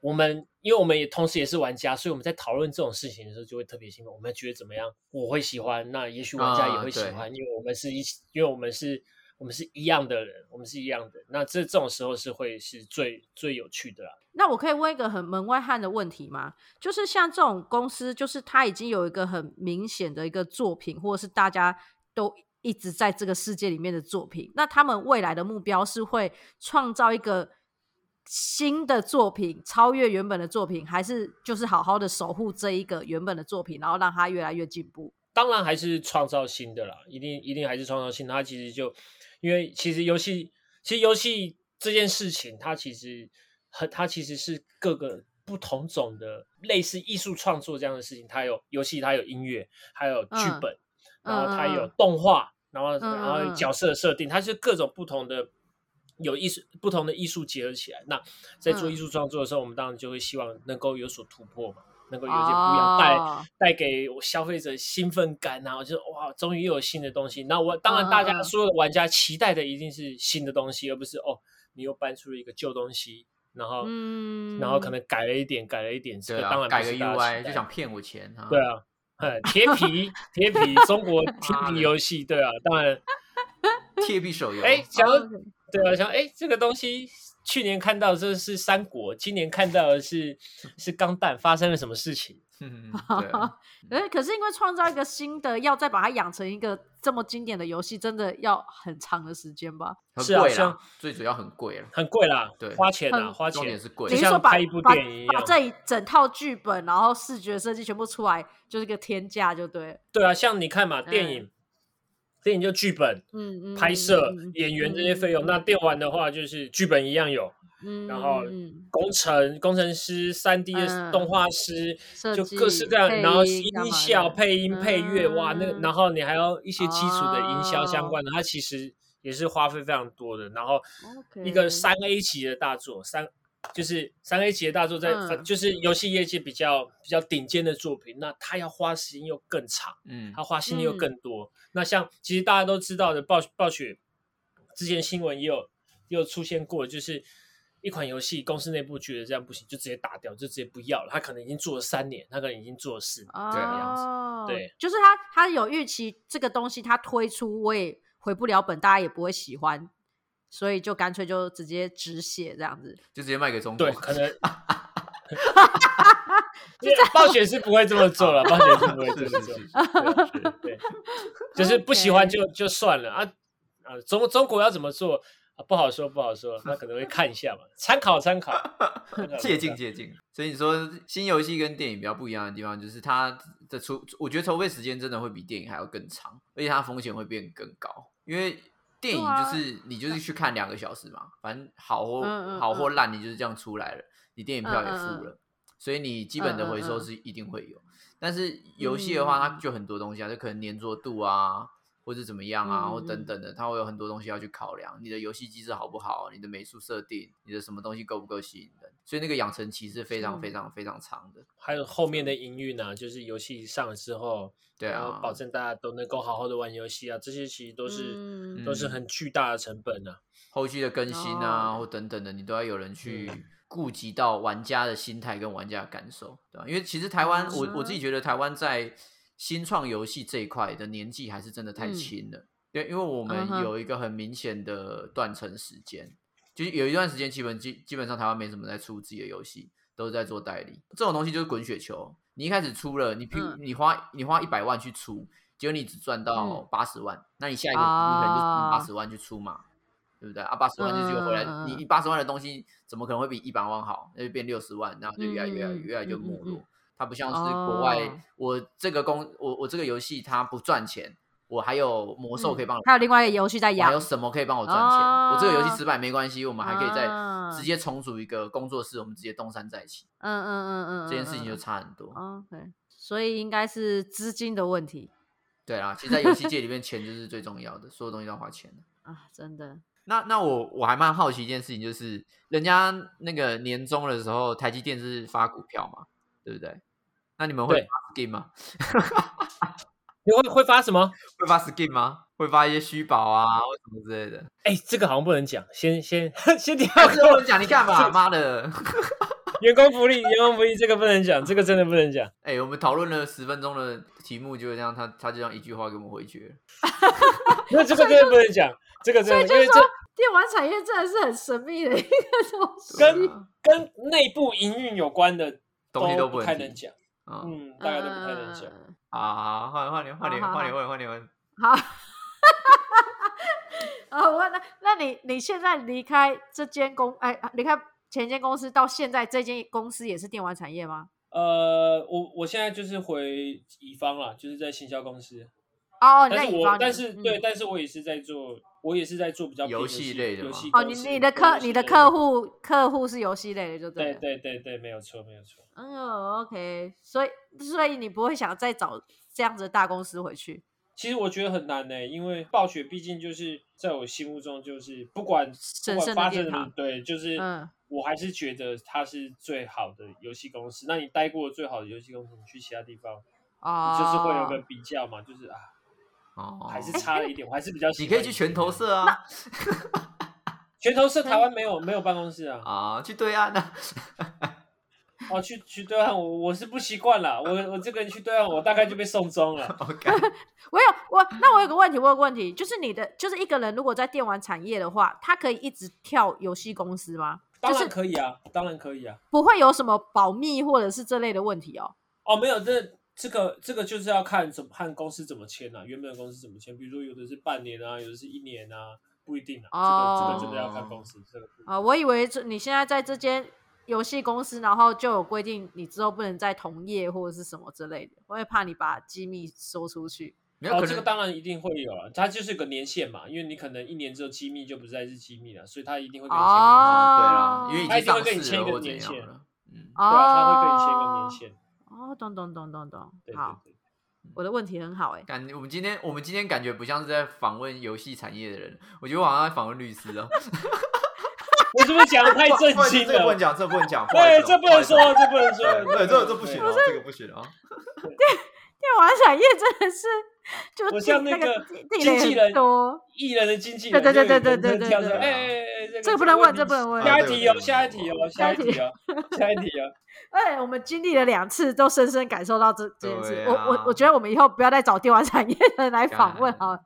S3: 我们因为我们也同时也是玩家，所以我们在讨论这种事情的时候就会特别兴奋，我们觉得怎么样？我会喜欢，那也许玩家也
S2: 啊
S3: 会喜
S2: 对
S3: 欢，因为我们是一起，因为我们是。我们是一样的人，我们是一样的。那这这种时候是会是最最有趣的啦。
S1: 那我可以问一个很门外汉的问题吗？就是像这种公司，就是它已经有一个很明显的一个作品，或者是大家都一直在这个世界里面的作品，那他们未来的目标是会创造一个新的作品，超越原本的作品，还是就是好好的守护这一个原本的作品，然后让它越来越进步？
S3: 当然还是创造新的啦，一定一定还是创造新的。它其实就因为其实游戏，其实游戏这件事情，它其实和它其实是各个不同种的类似艺术创作这样的事情。它有游戏，它有音乐，还有剧
S1: 嗯
S3: 本，然后它
S1: 嗯嗯
S3: 有
S1: 嗯
S3: 动画，然后
S1: 嗯
S3: 然后有
S1: 嗯
S3: 角色设定，它是各种不同的有艺术不同的艺术结合起来。那在做
S1: 嗯
S3: 艺术创作的时候，我们当然就会希望能够有所突破嘛，能够有一些不一样，带
S1: 哦
S3: 带给我消费者兴奋感啊，我就哇，终于又有新的东西。那我当然，大
S1: 嗯嗯
S3: 家
S1: 嗯
S3: 所有的玩家期待的一定是新的东西，而不是哦，你又搬出了一个旧东西，然后
S1: 嗯，
S3: 然后可能改了一点，改了一点，这
S2: 对
S3: 个
S2: 啊
S3: 当然，不
S2: 改个
S3: 是大家
S2: UI
S3: 期待
S2: 就想骗我钱啊，
S3: 对，啊，哎，贴皮贴皮，中国贴
S2: 妈的
S3: 皮游戏，对啊，当然，
S2: 贴币手游，
S3: 哎，
S2: 嗯
S3: 想要
S1: OK
S3: 对啊，想哎，这个东西去年看到这是三国，今年看到的是是钢弹，发生了什么事情？
S2: 嗯对 啊，
S1: 哎，可是因为创造一个新的，要再把它养成一个这么经典的游戏，真的要很长的时间吧？
S2: 很
S3: 是啊
S2: 贵啦
S3: 像，
S2: 最主要很贵了，
S3: 很贵啦，
S2: 对嗯
S3: 花钱啦，
S1: 很
S3: 花
S2: 重
S3: 钱
S2: 点是贵
S1: 你
S3: 就是
S1: 说
S3: 像
S1: 把
S3: 拍一部
S1: 把
S3: 电影一
S1: 把
S3: 样。
S1: 这一整套剧本，然后视觉设计全部出来，就是个天价，就对了。
S3: 对啊，像你看嘛，
S1: 嗯
S3: 电影，电影就剧本、
S1: 嗯嗯，
S3: 拍
S1: 嗯
S3: 摄
S1: 嗯、
S3: 演员这些费
S1: 嗯
S3: 用，那电玩的话就是剧本一样有，
S1: 嗯，
S3: 然后
S1: 嗯
S3: 工程、工程师、三 D
S1: 嗯
S3: 的动画师，
S1: 设
S3: 就
S1: 计
S3: 各式各样，
S1: 配
S3: 然后
S1: 音干嘛
S3: 音效、
S1: 的
S3: 配音、配乐，哇，那
S1: 嗯哦
S3: 然后你还要一些基础的营销相关的，它其实也是花费非常多的。然后
S1: OK
S3: 一个三 A 级的大作，三就是三 A 级的大作在，反
S1: 嗯
S3: 就是游戏业界比较比较顶尖的作品，那它要花时间又更长。
S2: 嗯
S3: 他花心力又
S1: 嗯
S3: 更多。那像其实大家都知道的暴暴雪，之前新闻也有也有出现过，就是一款游戏公司内部觉得这样不行，就直接打掉，就直接不要了。他可能已经做了三年，他可能已经做了四年。
S1: 哦，
S2: 这个样
S3: 子对，
S1: 就是他他有预期这个东西，他推出我也回不了本，大家也不会喜欢，所以就干脆就直接止血这样子。
S2: 就直接卖给中国
S3: 对，，可能。对暴雪是不会这么 做了，暴雪是不会这么
S2: 是 是
S3: 做
S2: 是。
S3: 对对对，就是不喜欢就就算了啊啊！中中国要怎么做啊？不好说，不好说，那可能会看一下嘛，参考参考，参考
S2: 借
S3: 参
S2: 鉴
S3: 考
S2: 借鉴。所以你说新游戏跟电影比较不一样的地方，就是它的筹，我觉得筹备时间真的会比电影还要更长，而且它风险会变更高，因为。电影
S1: 啊
S2: 就是、你就是去看两个小时嘛，反正好或、
S1: 嗯嗯
S2: 好或
S1: 嗯
S2: 烂，你就是这样出来了，你电影票也
S1: 嗯
S2: 付
S1: 嗯嗯
S2: 了，所以你基本的回
S1: 嗯
S2: 收
S1: 嗯嗯
S2: 是一定会有。但是游戏的话，
S1: 嗯
S2: 它就很多东西啊，就可能粘着度啊，或者怎么样啊，
S1: 嗯
S2: 或
S1: 嗯
S2: 等
S1: 嗯
S2: 等的，它会有很多东西要去考量。你的游戏机制好不好，你的美术设定，你的什么东西够不够吸引人，所以那个养成期是非常非
S1: 嗯
S2: 常非常长的。
S3: 还有后面的营运啊，就是游戏上了之后，
S2: 嗯对
S3: 然后
S2: 啊
S3: 保证大家都能够好好的玩游戏啊，这些其实都是、
S1: 嗯
S3: 都是很巨大的成本啊。
S2: 后续的更新啊，
S1: 哦嗯
S2: 或等等的，你都要有人去顾及到玩家的心态跟玩家的感受，对吧、因为其实台
S1: 嗯
S2: 湾，
S1: 啊
S2: 我我自己觉得台湾在新创游戏这一块的年纪还是真的太
S1: 嗯
S2: 轻了，对，因为我
S1: 嗯
S2: 们
S1: 哼
S2: 有一个很明显的断层时间，就是有一段时间基本基基本上台湾没什么在出自己的游戏，都是在做代理，这种东西就是滚雪球，你一开始出了，你拼、
S1: 嗯
S2: 你花你花一百万去出，结果你只赚到
S1: 嗯
S2: 八十万，那你下一个你可能就是
S1: 啊
S2: 八十万去出嘛。对不对？啊，八十万就是回来，
S1: 嗯嗯嗯
S2: 你
S1: 嗯
S2: 你八十万的东西怎么可能会比一百万好？那就变六十万，然后就越来越来
S1: 嗯
S2: 越来越
S1: 嗯
S2: 没
S1: 嗯
S2: 落。
S1: 嗯
S2: 它不像是国外，
S1: 哦
S2: 我这个公我我这个游戏它不赚钱，我还有魔兽可以帮
S3: 哦
S2: 我，
S1: 嗯还有另外一个游戏在
S2: 我还
S1: 养嗯哦
S2: 有，什么可以帮我赚钱？我这个游戏失败没关系，我们还可以再
S1: 啊
S2: 直接重组一个工作室，我们直接东山再起。
S1: 嗯嗯嗯嗯，
S2: 这件事情就
S1: 嗯
S2: 差很多。
S1: 嗯 OK，所以应该是资金的问题
S2: 对啊，其实，在游戏界里面，钱就是最重要的，所有东西都要花钱的。
S1: 啊，真的。
S2: 那那我我还蛮好奇一件事情，就是人家那个年终的时候，台积电是发股票嘛，对不对？那你们会
S3: 对
S2: 发 skin 吗？
S3: 你会会发什么？
S2: 会发 skin 吗？会发一些虚宝啊，或什么之类 的？
S3: 哎，这个好像不能讲，先先 先不要
S2: 那
S3: 跟
S2: 跟
S3: 我
S2: 我讲，你干 嘛？妈的！
S3: 员工福利，员工福利这个不能讲，这个真的不能讲。
S2: 哎、我们讨论了十分钟的题目，就这样，他他就这样一句话给我们回绝了。
S3: 那这个真的不能讲，这个真的，因为这
S1: 电玩产业真的是很神秘的一个东 西，
S2: 对
S3: 跟
S2: 啊
S3: 跟内部营运有关的
S2: 东西都不
S3: 不
S2: 能
S3: 太
S2: 提
S3: 能讲，
S2: 啊、嗯，
S3: 嗯，大家都不太能讲。
S1: 嗯
S2: 啊，换换你换你
S1: 好好
S2: 换你问换你问，
S1: 好，啊，我那那你你现在离开这间公，哎，离开前一间公司到现在这间公司也是电玩产业吗？
S3: 呃，我我现在就是回乙方了，就是在行销公司。
S1: 哦，你在
S3: 但是
S1: 乙
S3: 我
S1: 方，
S3: 但
S1: 你
S3: 是
S1: 嗯
S3: 对，但是我也是在做，我也是在做比较偏
S2: 游戏类的
S3: 游
S2: 吗
S3: 戏
S1: 哦，
S3: 公
S1: 你
S3: 司
S1: 你的客你的客，户客户是游戏类的，就
S3: 对
S1: 了。
S3: 对对对，没有错没有错。
S1: 嗯，OK，所以所以你不会想再找这样子的大公司回去？
S3: 其实我觉得很难呢、因为暴雪毕竟就是在我心目中就是不管不
S1: 神
S3: 管
S1: 圣的
S3: 发
S1: 殿
S3: 生什么
S1: 堂
S3: 对，就是
S1: 嗯
S3: 我还是觉得它是最好的游戏公司。那你待过最好的游戏公司，你去其他地方，
S1: 哦，哦
S3: 你就是会有个比较嘛，就是啊，
S2: 哦，
S3: 还是差了一点，我还是比较喜
S2: 你
S3: 欢
S2: 可以去拳头
S3: 社。
S2: 社啊，
S3: 全投社台湾没有没有办公室啊。
S2: 啊，去对岸啊，
S3: 哦，去去对岸，我我是不习惯啦，我我这个人去对岸，我大概就被送终了。
S2: 好干
S1: 我有我，那我有个问题，我有个问题，就是你的，就是一个人如果在电玩产业的话，他可以一直跳游戏公司吗？
S3: 当
S1: 就是
S3: 然可以啊，当然可以啊。
S1: 不会有什么保密或者是这类的问题哦。
S3: 哦，没有，这这个这个就是要看怎么看公司怎么签啊，原本的公司怎么签，比如说有的是半年啊，有的是一年啊，不一定啊。这个这个真的要
S2: 哦
S3: 看公司，这个不一定
S1: 啊、我以为这你现在在这间游戏公司，然后就有规定你之后不能再同业或者是什么之类的，我也怕你把机密说出去。
S2: 没有
S3: 哦，
S2: 可
S3: 这个
S2: 能
S3: 当然一定会有啊，它就是个年限嘛，因为你可能一年之后机密就不再是机密了，所以它一定会给你签个年限。
S1: 哦
S2: 对啦，因为已
S3: 他一
S2: 经
S3: 定会跟
S2: 上
S3: 你
S2: 市
S3: 签
S2: 了
S3: 一个
S2: 或怎
S3: 年
S2: 样
S3: 限
S2: 了，嗯，
S1: 哦，
S3: 对啊，他会跟你签一个年限。
S1: 哦，懂懂懂懂懂
S3: 对，对
S1: 好，
S3: 对。
S1: 我的问题很好哎、
S2: 感我们今天我们今天感觉不像是在访问游戏产业的人，我觉得我好像在访问律师哦。
S3: 我是不是讲的太震
S2: 不好意思
S3: 惊
S2: 这个不
S3: 了
S2: 能？讲，这个不能讲，好意思
S3: 对，
S2: 哦
S3: 这不能说，
S2: 好意思哦
S3: 这不能
S2: 对，
S3: 说，
S2: 对，这这不行哦，这个不行哦。
S1: 电玩产业真的是就
S3: 我
S1: 地
S3: 像那
S1: 那
S3: 个
S1: 地地
S3: 经纪
S1: 雷
S3: 人
S1: 很多。
S3: 艺人的经纪人，
S1: 对对对
S3: 就
S1: 对
S3: 有
S1: 对对
S3: 人跳出来
S2: 对对
S3: 哎哎哎，这个
S1: 这个不能问这
S3: 这个
S1: 不能问
S3: 下一
S2: 啊对
S3: 题
S2: 对
S3: 哦，
S2: 对
S3: 下一题哦，下一题 哦，下一题哦。
S1: 哎、我们经历了两次，都深深感受到这这件
S2: 对
S1: 事。
S2: 啊
S1: 我我我觉得我们以后不要再找电玩产业的人来访问
S2: 干
S1: 啊，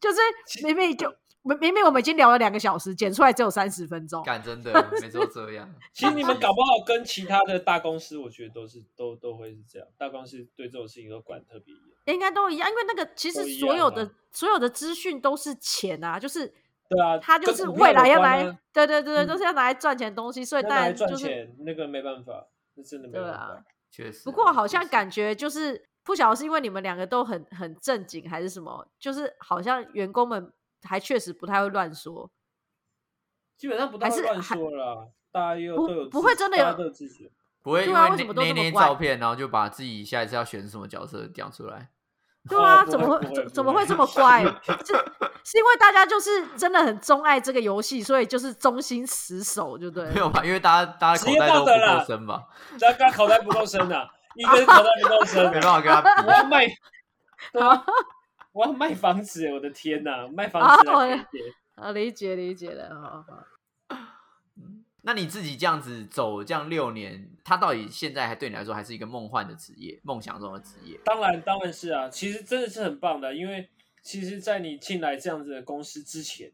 S1: 就是明明就明明明我们已经聊了两个小时，剪出来只有三十分钟。
S2: 干真的，每次都这样。
S3: 其实你们搞不好跟其他的大公司，我觉得都是都都会是这样，大公司对这种事情都管得特别严。
S1: 应该都一样，因为那个其实
S3: 都一
S1: 所有
S3: 样
S1: 的
S3: 啊
S1: 所有的资讯都是钱啊，就是
S3: 对啊，
S1: 它就
S3: 跟
S1: 是
S3: 股票
S1: 未来
S3: 有
S1: 要
S3: 关
S1: 来
S3: 啊，
S1: 对对对对，
S3: 嗯
S1: 都是要拿来赚钱的东西，所以
S3: 要
S1: 当
S3: 拿来
S1: 然
S3: 赚
S1: 就是
S3: 钱，那个没办法，那真的没
S1: 对
S3: 办
S1: 啊
S3: 法。
S2: 确实啊。
S1: 不过好像
S2: 确实
S1: 感觉就是不晓得是因为你们两个都很很正经还是什么，就是好像员工们还确实不太会乱说，
S3: 基本上不太
S1: 还
S3: 会
S1: 是
S3: 乱
S1: 还
S3: 说啦，大家又
S1: 不
S3: 都有
S1: 不
S3: 自
S1: 会真的
S3: 大家
S1: 有
S3: 都有自觉。
S2: 不会因
S1: 对啊为
S2: 为
S1: 什么都
S2: 那
S1: 这么
S2: 那
S1: 乖
S2: 照片，然后就把自己下一次要选什么角色讲出来。
S1: 对
S3: 哦
S1: 啊，
S3: 不
S1: 怎么
S3: 会
S1: 会
S3: 不
S1: 怎
S3: 会
S1: 怎
S3: 不
S1: 么会
S3: 会
S1: 这么乖？是是因为大家就是真的很钟爱这个游戏，所以就是忠心死守，就对了
S2: 没。有吧？因为大家大家
S3: 职
S2: 口
S3: 业
S2: 袋都
S3: 道
S2: 不
S3: 德啦
S2: 够深吧，
S3: 只要他口袋不够深 啊，一个是口袋不够深
S2: 没办
S3: 啊，
S2: 法跟他比
S3: 我。要卖，对啊，我要卖房子，我的天呐，卖
S1: 啊
S3: 房子
S1: 我
S3: 来赔钱
S1: 啊，理解理解了， 好好
S3: 嗯
S2: 那你自己这样子走这样六年，他到底现在还对你来说还是一个梦幻的职业，梦想中的职业？
S3: 当然，当然是啊，其实真的是很棒的，因为其实，在你进来这样子的公司之前，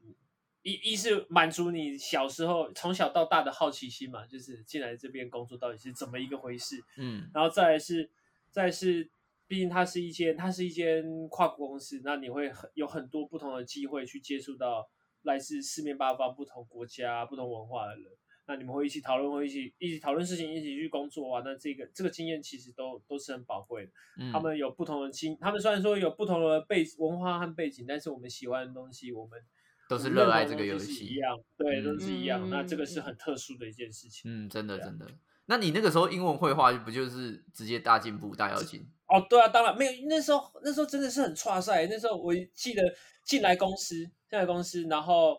S3: 一一是满足你小时候从小到大的好奇心嘛，就是进来这边工作到底是怎么一个回事，
S2: 嗯，
S3: 然后再来是，再来是，毕竟它是一间它是一间跨国公司，那你会很有很多不同的机会去接触到来自四面八方、不同国家、不同文化的人。那你们会一起讨论，会一起一起讨论事情，一起去工作啊。那这个这个经验其实都都是很宝贵的。
S2: 嗯
S3: 他们有不同的经，他们虽然说有不同的背文化和背景，但是我们喜欢的东西，我们
S2: 都
S3: 我
S2: 是
S3: 们
S2: 热
S3: 认
S2: 爱
S3: 同
S2: 这
S3: 的
S2: 个游
S3: 东西是一
S2: 戏。
S3: 样，对，都
S2: 嗯
S3: 是一样。那这个是
S1: 嗯
S3: 很特殊的一件事情。
S2: 嗯，真的
S3: 对啊
S2: 真的。那你那个时候英文绘画不就是直接大进步大跃 进？
S3: 哦，对啊，当然没有。那时候那时候真的是很差赛。那时候我记得进来公司，进来公司，然后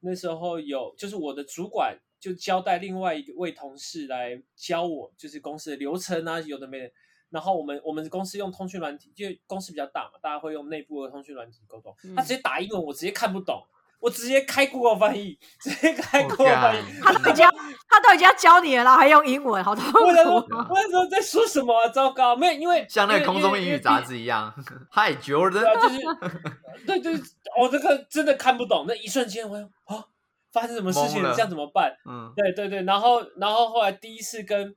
S3: 那时候有就是我的主管就交代另外一位同事来教我，就是公司的流程啊，有的没的。然后我们我们公司用通讯软体，因为公司比较大嘛，大家会用内部的通讯软体沟通。
S1: 嗯
S3: 他直接打英文，我直接看不懂，我直接开 Google 翻译，直接开
S2: Oh,
S3: Google 翻译，
S2: God
S1: 他 都已经要他都已经要教你了，然后还用英文，好痛
S3: 我想 说，我
S1: 苦。
S3: 那时候在说什么啊？糟糕，没有，因为
S2: 像那个
S3: 因为
S2: 空
S3: 因
S2: 中
S3: 为
S2: 英
S3: 因为
S2: 语
S3: 毕
S2: 杂志一样。Hi
S3: 对啊，
S2: Jordan，
S3: 就是，对，就是，我、这个真的看不懂。那一瞬间，我想啊，发生什么事情？
S2: 懵了
S3: 这样怎么办？
S2: 嗯，
S3: 对对对，然后然后后来第一次跟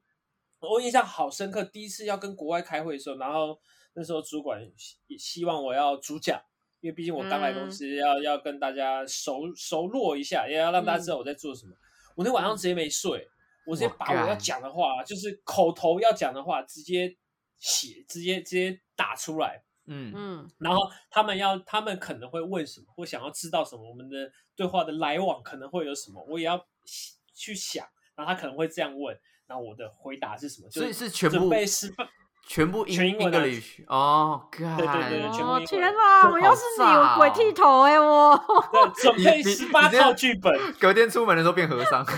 S3: 我印象好深刻，第一次要跟国外开会的时候，然后那时候主管希希望我要主讲，因为毕竟我刚来公司要，要、跟大家熟熟络一下，也要让大家知道我在做什么。我那晚上直接没睡，我直接
S2: 我
S3: 把我要
S2: 干
S3: 讲的话，就是口头要讲的话，直接写，直接直接打出来。
S2: 嗯，
S1: 嗯，
S3: 然后他们要，他们可能会问什么，或想要知道什么，我们的对话的来往可能会有什么，我也要想去想。然后他可能会这样问，然后我的回答是什么？就
S2: 所以是全
S3: 准
S2: 部
S3: 备失败。
S2: 全部英
S3: 全英文啊
S2: English 哦，干，
S3: 对对对全部
S1: 哦
S3: 英文
S1: 天哪！
S2: 这
S1: 我
S2: 好
S1: 要是你，我
S2: 炸
S1: 鬼
S2: 哦
S1: 剃头哎、我
S3: 对，准备
S2: 你你
S3: 十八
S2: 你这样
S3: 套剧本，
S2: 隔天出门的时候变和尚，
S1: 欸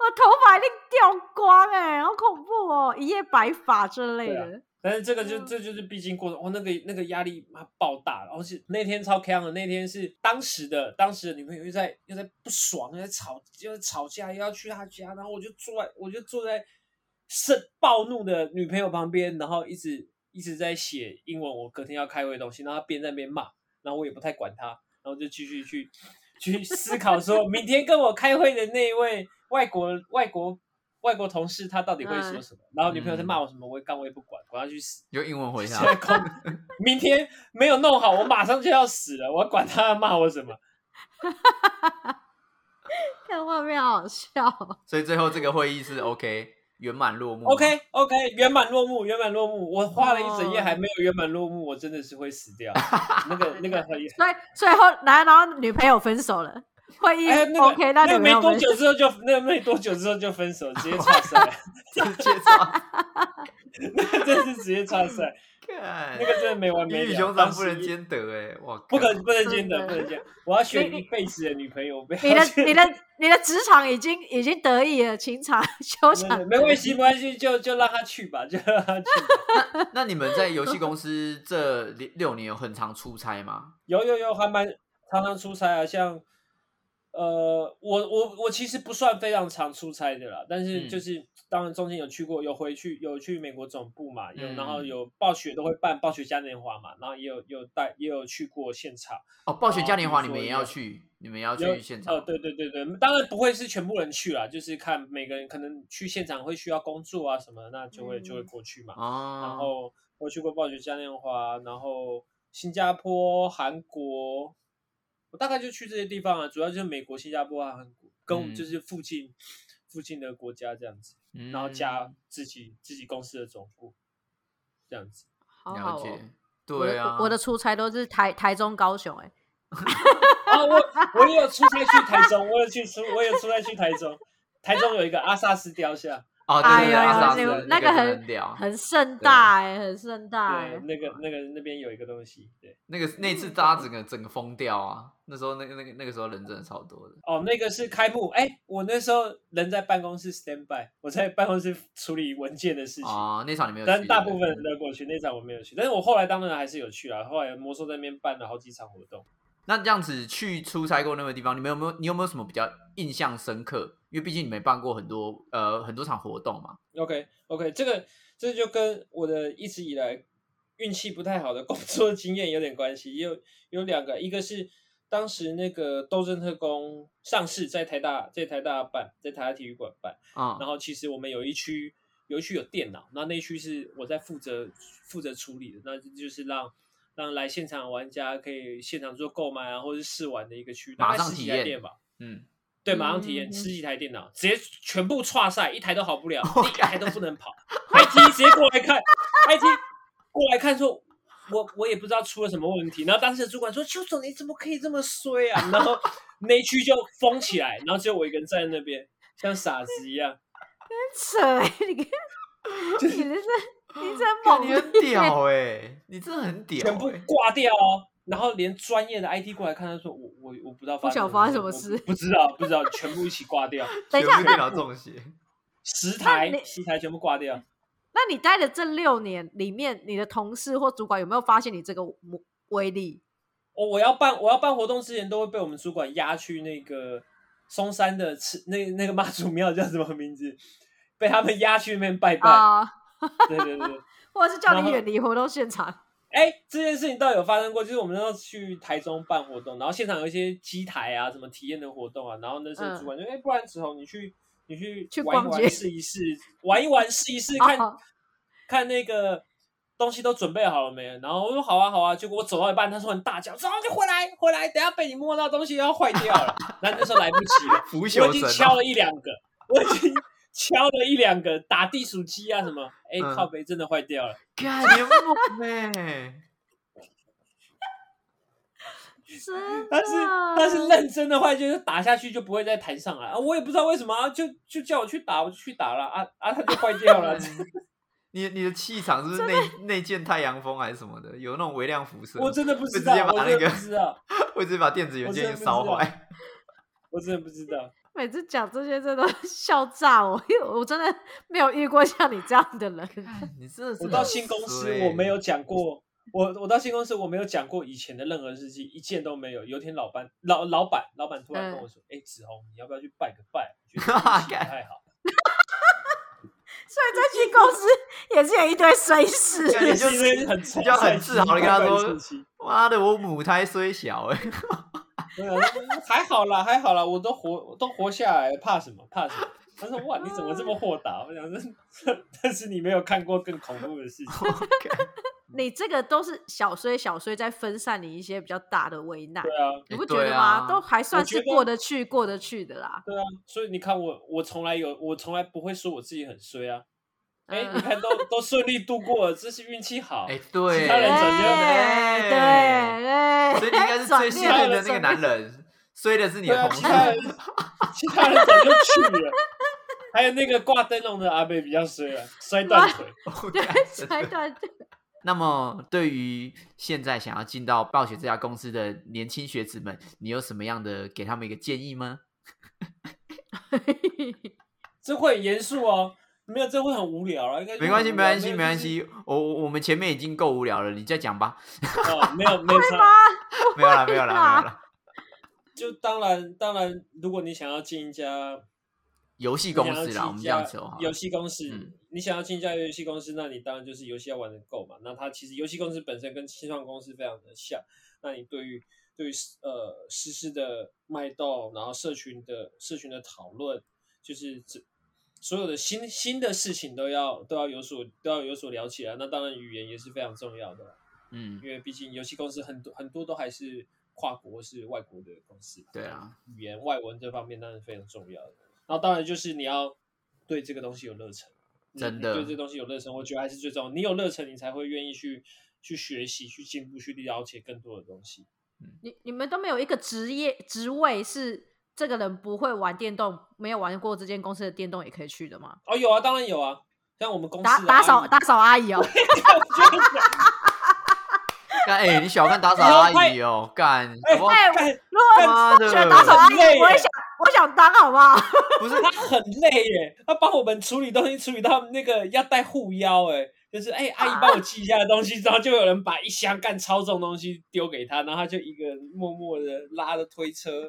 S1: 我头发一定掉光哎、好恐怖哦，一夜白发之类
S3: 对啊
S1: 的。
S3: 但是这个就
S1: 嗯
S3: 这就是必经过程，哇，那个那个压力妈爆大，然后是那天超 c 的，那天是当时的当时的女朋友又在又在不爽，又在吵又在吵架，又要去她家，然后我就坐在我就坐在生暴怒的女朋友旁边，然后一直一直在写英文，我隔天要开会的东西，然后她边在那边骂，然后我也不太管她，然后就继续去去思考说，明天跟我开会的那一位外国外国外国同事他到底会说什么？然后女朋友在骂我什么，我也干我也不管，管他去死。
S2: 用英文回他
S3: 现。在空明天没有弄好，我马上就要死了，我管他骂我什么。
S1: 看画面好好笑哦，
S2: 所以最后这个会议是 OK 圆满落幕。
S3: OK OK，圆满落幕，圆满落幕。我画了一整夜
S1: 哦
S3: 还没有圆满落幕，我真的是会死掉。那个那个很。
S1: 所以最后来，然后女朋友分手了，会议、
S3: 哎，那个
S1: OK，
S3: 那
S1: 女
S3: 个
S1: 朋
S3: 没
S1: 友
S3: 多
S1: 分手
S3: 久之后就那个没多久之后就分手，直接岔赛，
S2: 直接 唱。
S3: 真是直接岔赛，
S2: 看
S3: 那个真的没完
S2: 鱼
S3: 没
S2: 与
S3: 了。
S2: 熊掌
S3: 当
S2: 不
S3: 时
S2: 能兼得哎，我
S3: 不
S2: 靠
S3: 可不能兼得，
S1: 真的
S3: 不能兼得。我要选
S1: 你
S3: 一辈子的女朋友，我不要
S1: 你的
S3: 选
S1: 你的 你的职场已经已经得意了，情场修
S3: 真
S1: 场
S3: 的没关系，没关系，就就让他去吧，就让他去吧。
S2: 那你们在游戏公司这六六年有很常出差吗？
S3: 有有有，还蛮常常出差啊，像呃，我我我其实不算非常常出差的啦，但是
S2: 嗯
S3: 就是、当然中间有去过，有回去，有去美国总部嘛，有、然后
S2: 嗯
S3: 有暴雪都会办暴雪嘉年华嘛，然后也有有带也有去过现场。
S2: 哦，暴雪嘉年华你
S3: 比如说
S2: 们也要去，你们也要
S3: 有
S2: 去现场。
S3: 哦，对对对对，当然不会是全部人去啦，就是看每个人可能去现场会需要工作啊什么的，那就会就会
S1: 嗯
S3: 过去嘛。然
S2: 哦，
S3: 后我去过暴雪嘉年华，然后新加坡、韩国，我大概就去这些地方啊，主要就是美国、新加坡和韩国，跟我们
S2: 嗯
S3: 就是附近、附近的国家这样子，
S2: 嗯
S3: 然后加自己、自己公司的总部这样子。
S1: 好好
S2: 了
S1: 哦
S2: 解。。
S1: 我
S2: 对
S1: 的
S2: 啊，
S1: 我的出差都是台台中、高雄、欸，哎，
S3: 啊，我我也有出差去台 中，我有去出，我有出差去台中，台中有一个阿萨斯雕像。
S2: 哦，对对
S1: 哎
S2: 对，
S1: 呦
S2: 阿萨
S1: 那个
S2: 斯
S1: 那
S2: 那
S1: 个
S2: 真的
S1: 很
S2: 屌，
S1: 很盛
S2: 啊
S1: 大、欸，哎，很盛大、
S3: 对，
S1: 欸，
S3: 那个那个那边有一个东西，对，
S2: 那个那次大家整个整个疯掉啊！那时候那个那个那个时候人真的超多的。
S3: 哦，那个是开幕，哎，我那时候人在办公室 stand by，我在办公室处理文件的事情，
S2: 哦，那场你没有去，
S3: 但大部分
S2: 对
S3: 人
S2: 不对
S3: 都过去，那场我没有去，但是我后来当然还是有去啦，后来魔兽在那边办了好几场活动，
S2: 那这样子去出差过那个地方，你们有没有你有没有什么比较印象深刻？因为毕竟你们办过很多呃很多场活动嘛。
S3: OK OK，这个这就跟我的一直以来运气不太好的工作经验有点关系，也有有两个，一个是当时那个斗争特工上市在台大在台大办，在台大体育馆办。
S2: 嗯，
S3: 然后其实我们有一区有一区有电脑，那那一区是我在负责负责处理的，那就是让让来现场的玩家可以现场做购买啊，或者是试玩的一个区，大
S2: 马
S3: 概
S2: 上
S3: 十几
S2: 体
S3: 台
S2: 验
S3: 电吧。
S2: 嗯，
S3: 对，马上体验
S1: 嗯
S3: 十几台电脑，直接全部岔赛，一台都好不 了，
S2: 我
S3: 一台都不能跑。IT 直接过来看，IT 过来看说，我我也不知道出了什么问题。然后当时的主管说：“邱总，你怎么可以这么衰啊？”然后那一区就封起来，然后只有我一个人站在那边，像傻子一样。
S1: 扯、 欸，你 看，你这是你这
S2: 看
S1: 猛
S2: 你
S1: 烈
S2: 很屌哎、你真的很屌、欸，
S3: 全部挂掉哦。然后连专业的 IT 过来看，他说我我我不知道发
S1: 不晓
S3: 生
S1: 得发生什么
S3: 我
S1: 事
S3: 不知道不知道，全部一起挂 掉，
S1: 等一下，
S2: 全部电
S1: 那
S2: 脑中邪。
S3: 十台
S1: 那你
S3: 十台全部挂掉。
S1: 那你待的这六年里面，你的同事或主管有没有发现你这个威威力？
S3: 哦我我要办我要办活动之前，都会被我们主管押去那个松山的吃那那个妈祖庙叫什么名字？被他们押去那边拜拜。
S1: 啊、
S3: 对对对对。
S1: 或者是叫
S3: 然
S1: 你
S3: 后
S1: 远离活动现场。
S3: 哎，这件事情倒有发生过，就是我们那时候去台中办活动，然后现场有一些机台啊，什么体验的活动啊，然后那时候主管就哎、不然子豪你去你去
S1: 嗯去
S3: 玩一
S1: 逛街
S3: 玩试一试，玩一玩试一试，看、
S1: 哦
S3: 看那个东西都准备好了没？然后我说好啊好啊，结果我走到一半，他突然大叫，然后就回来回来，等一下被你摸到东西要坏掉了， 那那时候来不及了，
S2: 腐
S3: 我已
S2: 朽
S3: 经
S2: 神、
S3: 敲
S2: 啊，
S3: 了一两个，我已经敲了一两个，打地鼠机啊什么，哎、
S2: 嗯
S3: 靠背真的坏掉了。
S2: 干你很猛哎！
S1: 真的，
S3: 他是他是认真的话，就是打下去就不会再弹上来啊！我也不知道为什么啊，就就叫我去打，我就去打了啊啊，他就坏掉 了。
S2: 你你的气场是不是内内建太阳风还是什么的？有那种微量辐射，
S3: 我真的不知
S2: 直接
S3: 道，
S2: 把
S3: 我
S2: 那
S3: 真
S2: 个
S3: 的不知道，
S2: 会直接把电子元件给烧
S3: 我真的不知
S2: 坏。
S3: 我真的不知道。
S1: 每次讲这些真的 笑炸我，因为我真的没有遇过像你这样的人。
S2: 你真的是
S3: 我到
S2: 很
S3: 新公司
S2: 衰欸
S3: 我没有讲过，我我到新公司我没有讲过以前的任何事情，一件都没有。有一天老板老老板老板突然跟我说：“哎、子红，你要不要去拜个拜？”我觉得 运气不太好。
S1: 所以这期公司也是有一堆衰事。
S2: 感觉就
S3: 就
S2: 是
S3: 因为很
S2: 就很自豪地跟他说
S3: 拜拜时期
S2: 妈的，我母胎虽小 哎、欸，
S3: 对啊，嗯还好啦，还好啦，我都活我都活下来，怕什么？怕什么？他说：“哇，你怎么这么豁达？”我想说，但是你没有看过更恐怖的事情。
S1: 你这个都是小衰小衰，在分散你一些比较大的危难，
S3: 对啊，
S1: 你
S2: 欸
S1: 不觉得
S2: 对
S1: 吗？
S2: 啊
S1: 都还算
S3: 我觉
S1: 是
S3: 得
S1: 过得去、过得去的啦。
S3: 对啊， 所以你看我，我从来有，我从来不会说我自己很衰啊。哎、
S1: 嗯
S3: 你 看都都顺利度过了，这是运气好。
S2: 哎、对，
S3: 其他人转变
S2: 哎
S1: 嗯对
S3: 哎
S1: 对，哎
S2: 所以你应该是最幸运的那个
S1: 转
S2: 男
S1: 变。
S2: 人，衰的是你
S3: 对
S2: 的
S3: 啊，
S2: 同
S3: 其他
S2: 事。
S3: 人 其他人早就去了，还有那个挂灯笼的阿贝比较衰啊，摔断腿。
S1: 对，哎摔断
S2: 啊那么，对于现在想要进到暴雪这家公司的年轻学子们，你有什么样的给他们一个建议吗？
S3: 这会很严肃哦，没有，这会很无聊啊。应该就
S2: 没关系，
S3: 很无
S2: 没
S3: 聊
S2: 关系，没关。系。我我我们前面已经够无聊了，你再讲 吧。
S3: 没有就是哦，没有没有差。
S2: 没有啦，没有啦，没有啦。
S3: 就当然当然，如果你想要进一家
S2: 游戏
S3: 你
S2: 公
S3: 想要
S2: 司
S3: 进
S2: 啦，
S3: 一
S2: 我们这
S3: 家
S2: 样子哦。好
S3: 游戏公司，
S2: 嗯
S3: 你想要进一家游戏公司，那你当然就是游戏要玩的够嘛。那它其实游戏公司本身跟新创公司非常的像。那你对于对于呃实施的脉动，然后社群的社群的讨论，就是这所有的新新的事情都要都要有所都要有所了解啊。那当然语言也是非常重要的啦，
S2: 嗯，
S3: 因为毕竟游戏公司很多很多都还是跨国是外国的公司嘛。
S2: 对 啊，
S3: 语言外文这方面当然是非常重要的。然后当然就是你要对这个东西有热忱，你
S2: 真的
S3: 你对这东西有热忱，我觉得还是最重要。你有热忱，你才会愿意去去学习、去进步、去了解更多的东西。
S1: 你你们都没有一个职业职位是这个人不会玩电动，没有玩过这间公司的电动也可以去的吗？
S3: 哦，有啊，当然有啊，像我们公司
S1: 打
S3: 的
S1: 打扫
S3: 阿姨
S1: 打扫阿 姨哦，
S2: 干哎、你小看打扫
S3: 哎呦
S2: 阿姨哦，干，
S3: 哎
S2: 好不好
S1: 哎
S3: 哎，
S1: 如果
S2: 妈的，
S1: 选打扫阿姨，
S3: 很累耶
S1: 我也想我想当好不 好？
S2: 不是
S3: 他很累耶，他帮我们处理东西，处理到那个要带护腰哎。就是哎、阿姨帮我寄一下东西，然后就有人把一箱干超重东西丢给他，然后他就一个人默默的拉着推车。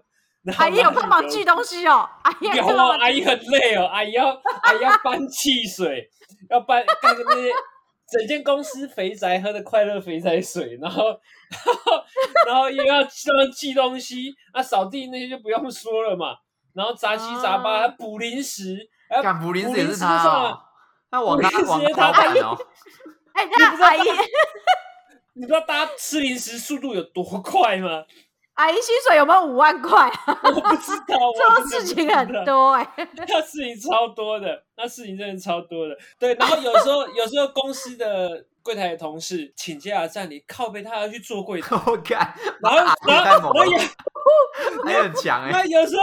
S3: 然后
S1: 阿姨有
S3: 拉着
S1: 帮忙
S3: 邮
S1: 寄东西哦，阿姨
S3: 有
S1: 有帮
S3: 啊，
S1: 忙
S3: 阿姨很累哦，阿姨要 阿姨要搬汽水，要搬干那些整间公司肥宅喝的快乐肥宅水，然后 然后然后又要他们寄东西，啊扫地那些就不用说了嘛，然后杂七杂八
S1: 啊
S3: 还补零食，还要
S2: 干福林斯也是
S3: 补
S2: 他
S3: 上
S2: 哦
S3: 了。
S2: 那网咖
S3: 福林斯
S2: 网
S3: 也是
S2: 咖
S3: 他
S2: 老板 哦，
S1: 哎，
S3: 你不知
S1: 那
S3: 道
S1: 阿姨
S3: 大你知道大家吃零食速度有多快吗？
S1: 阿姨薪水有没有五万 块？
S3: 我不知道，
S1: 这
S3: 我
S1: 种
S3: 真的
S1: 事
S3: 不
S1: 情
S3: 知
S1: 很
S3: 道
S1: 多哎、
S3: 那事情超多的，那事情真的超多的。对，然后有时候有时候公司的柜台的同事请假站你靠背，他要去做 柜台，
S2: 我干，
S3: 然后
S2: 阿姨太
S3: 然后
S2: 猛
S3: 我也
S2: 了，还很强哎
S3: 那。有时候。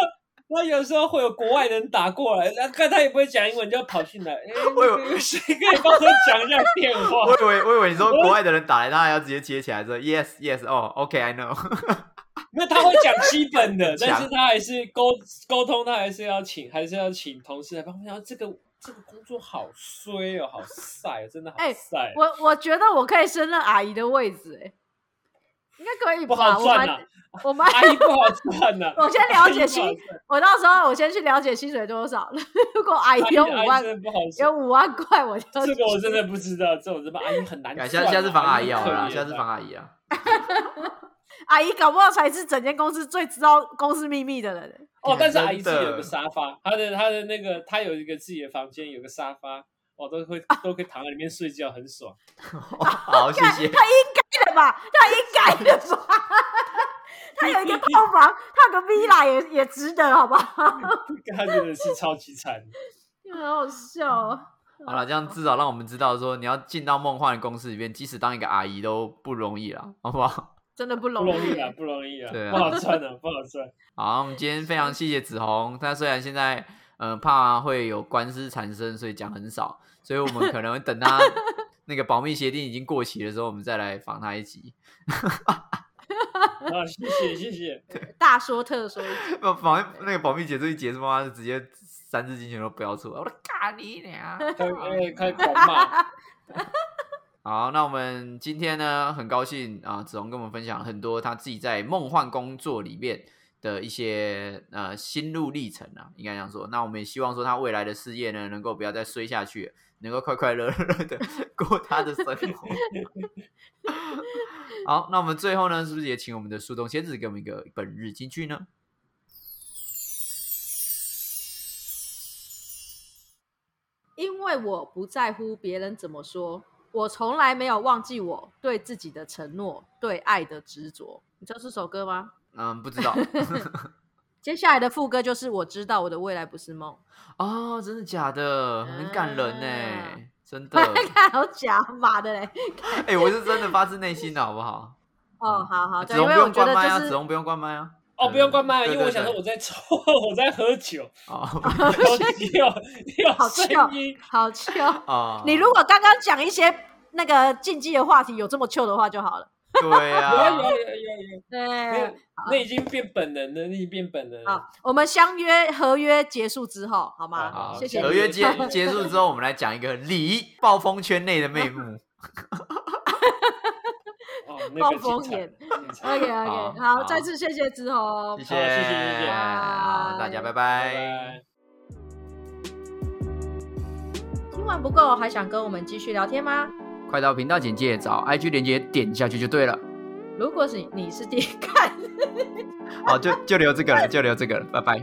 S3: 那有时候会有国外人打过来，那看他也不会讲英文，就要跑进来。哎、
S2: 我以为
S3: 那个谁可以帮我讲一下电话
S2: 我？以为我以为你说国外的人打来，他还要直接接起来说 yes yes 哦、OK I know，
S3: 那他会讲基本的，
S2: 讲
S3: 但是他还是沟沟通，他还是要请，还是要请同事来帮我讲。这个这个工作好衰哦，好 晒哦，真的好
S1: 哎
S3: 晒哦。
S1: 我我觉得我可以胜任阿姨的位置哎、应该可以
S3: 不
S1: 吧？
S3: 好
S1: 我
S3: 赚呐、
S1: 蛮我蛮
S3: 阿姨不好赚呐、
S1: 我先了解薪
S3: 阿姨不好赚，
S1: 我到时候我先去了解薪水多少。 如果阿姨有五
S3: 阿
S1: 万
S3: 姨，真的不好
S1: 有
S3: 赚。
S1: 五万块，我就
S3: 这个我真的不知道，这种什么阿姨很难
S2: 改
S3: 赚、
S2: 下下次防阿姨好了啦，
S3: 哦很可怜
S2: 下次防阿姨 啊。
S1: 阿姨搞不好才是整间公司最知道公司秘密的人。欸
S3: 哦，但是阿姨
S2: 真
S3: 自
S2: 的
S3: 己有个沙发，她的她的那个她有一个自己的房间，有个沙发，哦，都会
S1: 啊
S3: 都可以躺在里面睡觉，很爽。
S2: 哦好，谢谢。
S1: 对的吧？他应该的 吧？他有一个套房，他有个 villa 也也值得，好不好？
S3: 她真的是超级惨。
S1: 很好笑哦。
S2: 好了，这样至少让我们知道说，你要进到梦幻的公司里面，即使当一个阿姨都不容易啦，好不好？
S1: 真的不
S3: 不
S1: 容
S3: 容
S1: 易
S3: 易啊，
S1: 耶。
S3: 不容易啊，
S2: 对啊
S3: 不好赚啊，不好赚。
S2: 好，我们今天非常谢谢子红。他虽然现在呃怕会有官司产生，所以讲很少，所以我们可能会等他 那个保密协定已经过期的时候，我们再来访他一集。
S3: 啊，谢谢 谢谢，
S1: 大说特说一集。
S2: 那 保那个保密姐这一结束，妈的直接三字经全都不要出来，我的咖喱娘！
S3: 开开开狂骂，
S2: 好，那我们今天呢，很高兴啊，子龙跟我们分享了很多他自己在梦幻工作里面的一些呃心路历程啊，应该这样说。那我们也希望说他未来的事业呢，能够不要再衰下去，能够快快乐乐的过他的生活。好，那我们最后呢，是不是也请我们的树洞仙子给我们一个本日金句呢？
S1: 因为我不在乎别人怎么说，我从来没有忘记我对自己的承诺，对爱的执着。你知道这首歌吗？
S2: 嗯，不知道
S1: 接下来的副歌就是我知道我的未来不是梦，
S2: 哦，真的假的？很感人呢、
S1: 啊
S2: 真的。
S1: 看 好假妈的嘞！
S2: 哎、我是真的发自内心的，好不好？
S1: 哦，
S2: 嗯
S1: 好好，对，
S2: 子
S1: 因为
S2: 龙不
S1: 我
S2: 用
S1: 觉得
S2: 关麦
S1: 就
S2: 啊，子
S1: 是
S2: 龙不用关 麦啊。
S3: 哦，不用关麦，
S2: 对
S3: 因为我想说我在抽， 我在喝酒，
S2: 哦
S3: 然后你 有你有
S1: 好
S3: 声音，
S1: 好笑。
S2: 哦，
S1: 你如果刚刚讲一些那个禁忌的话题，有这么糗的话就好了。
S2: 对
S3: 有啊有
S2: 啊
S3: 啊，有啊有啊有啊没
S1: 对
S3: 有，，那已经变本能了，那已经变本能了。
S1: 好，我们相约合约结束之后，好
S3: 好
S1: 吗？
S2: 好，
S1: 谢谢
S2: 合
S1: 你。
S2: 约结 结束之后，我们来讲一个离暴风圈内的内幕。
S3: 哦，
S1: 暴
S3: 那个
S1: 风
S3: 精彩
S1: 眼
S3: 精彩
S1: OK
S2: 好
S1: OK，
S2: 好
S1: 好，再次谢谢志宏
S2: 谢，
S3: 好谢谢谢谢
S2: 好，大家拜
S3: 拜
S2: 拜。
S3: 拜。
S1: 听完不够还想跟我们继续聊天吗？
S2: 快到频道简介找 IG 连接点下去就对了。
S1: 如果是你是第一看，
S2: 哦好，就就留这个了，就留这个了，拜拜。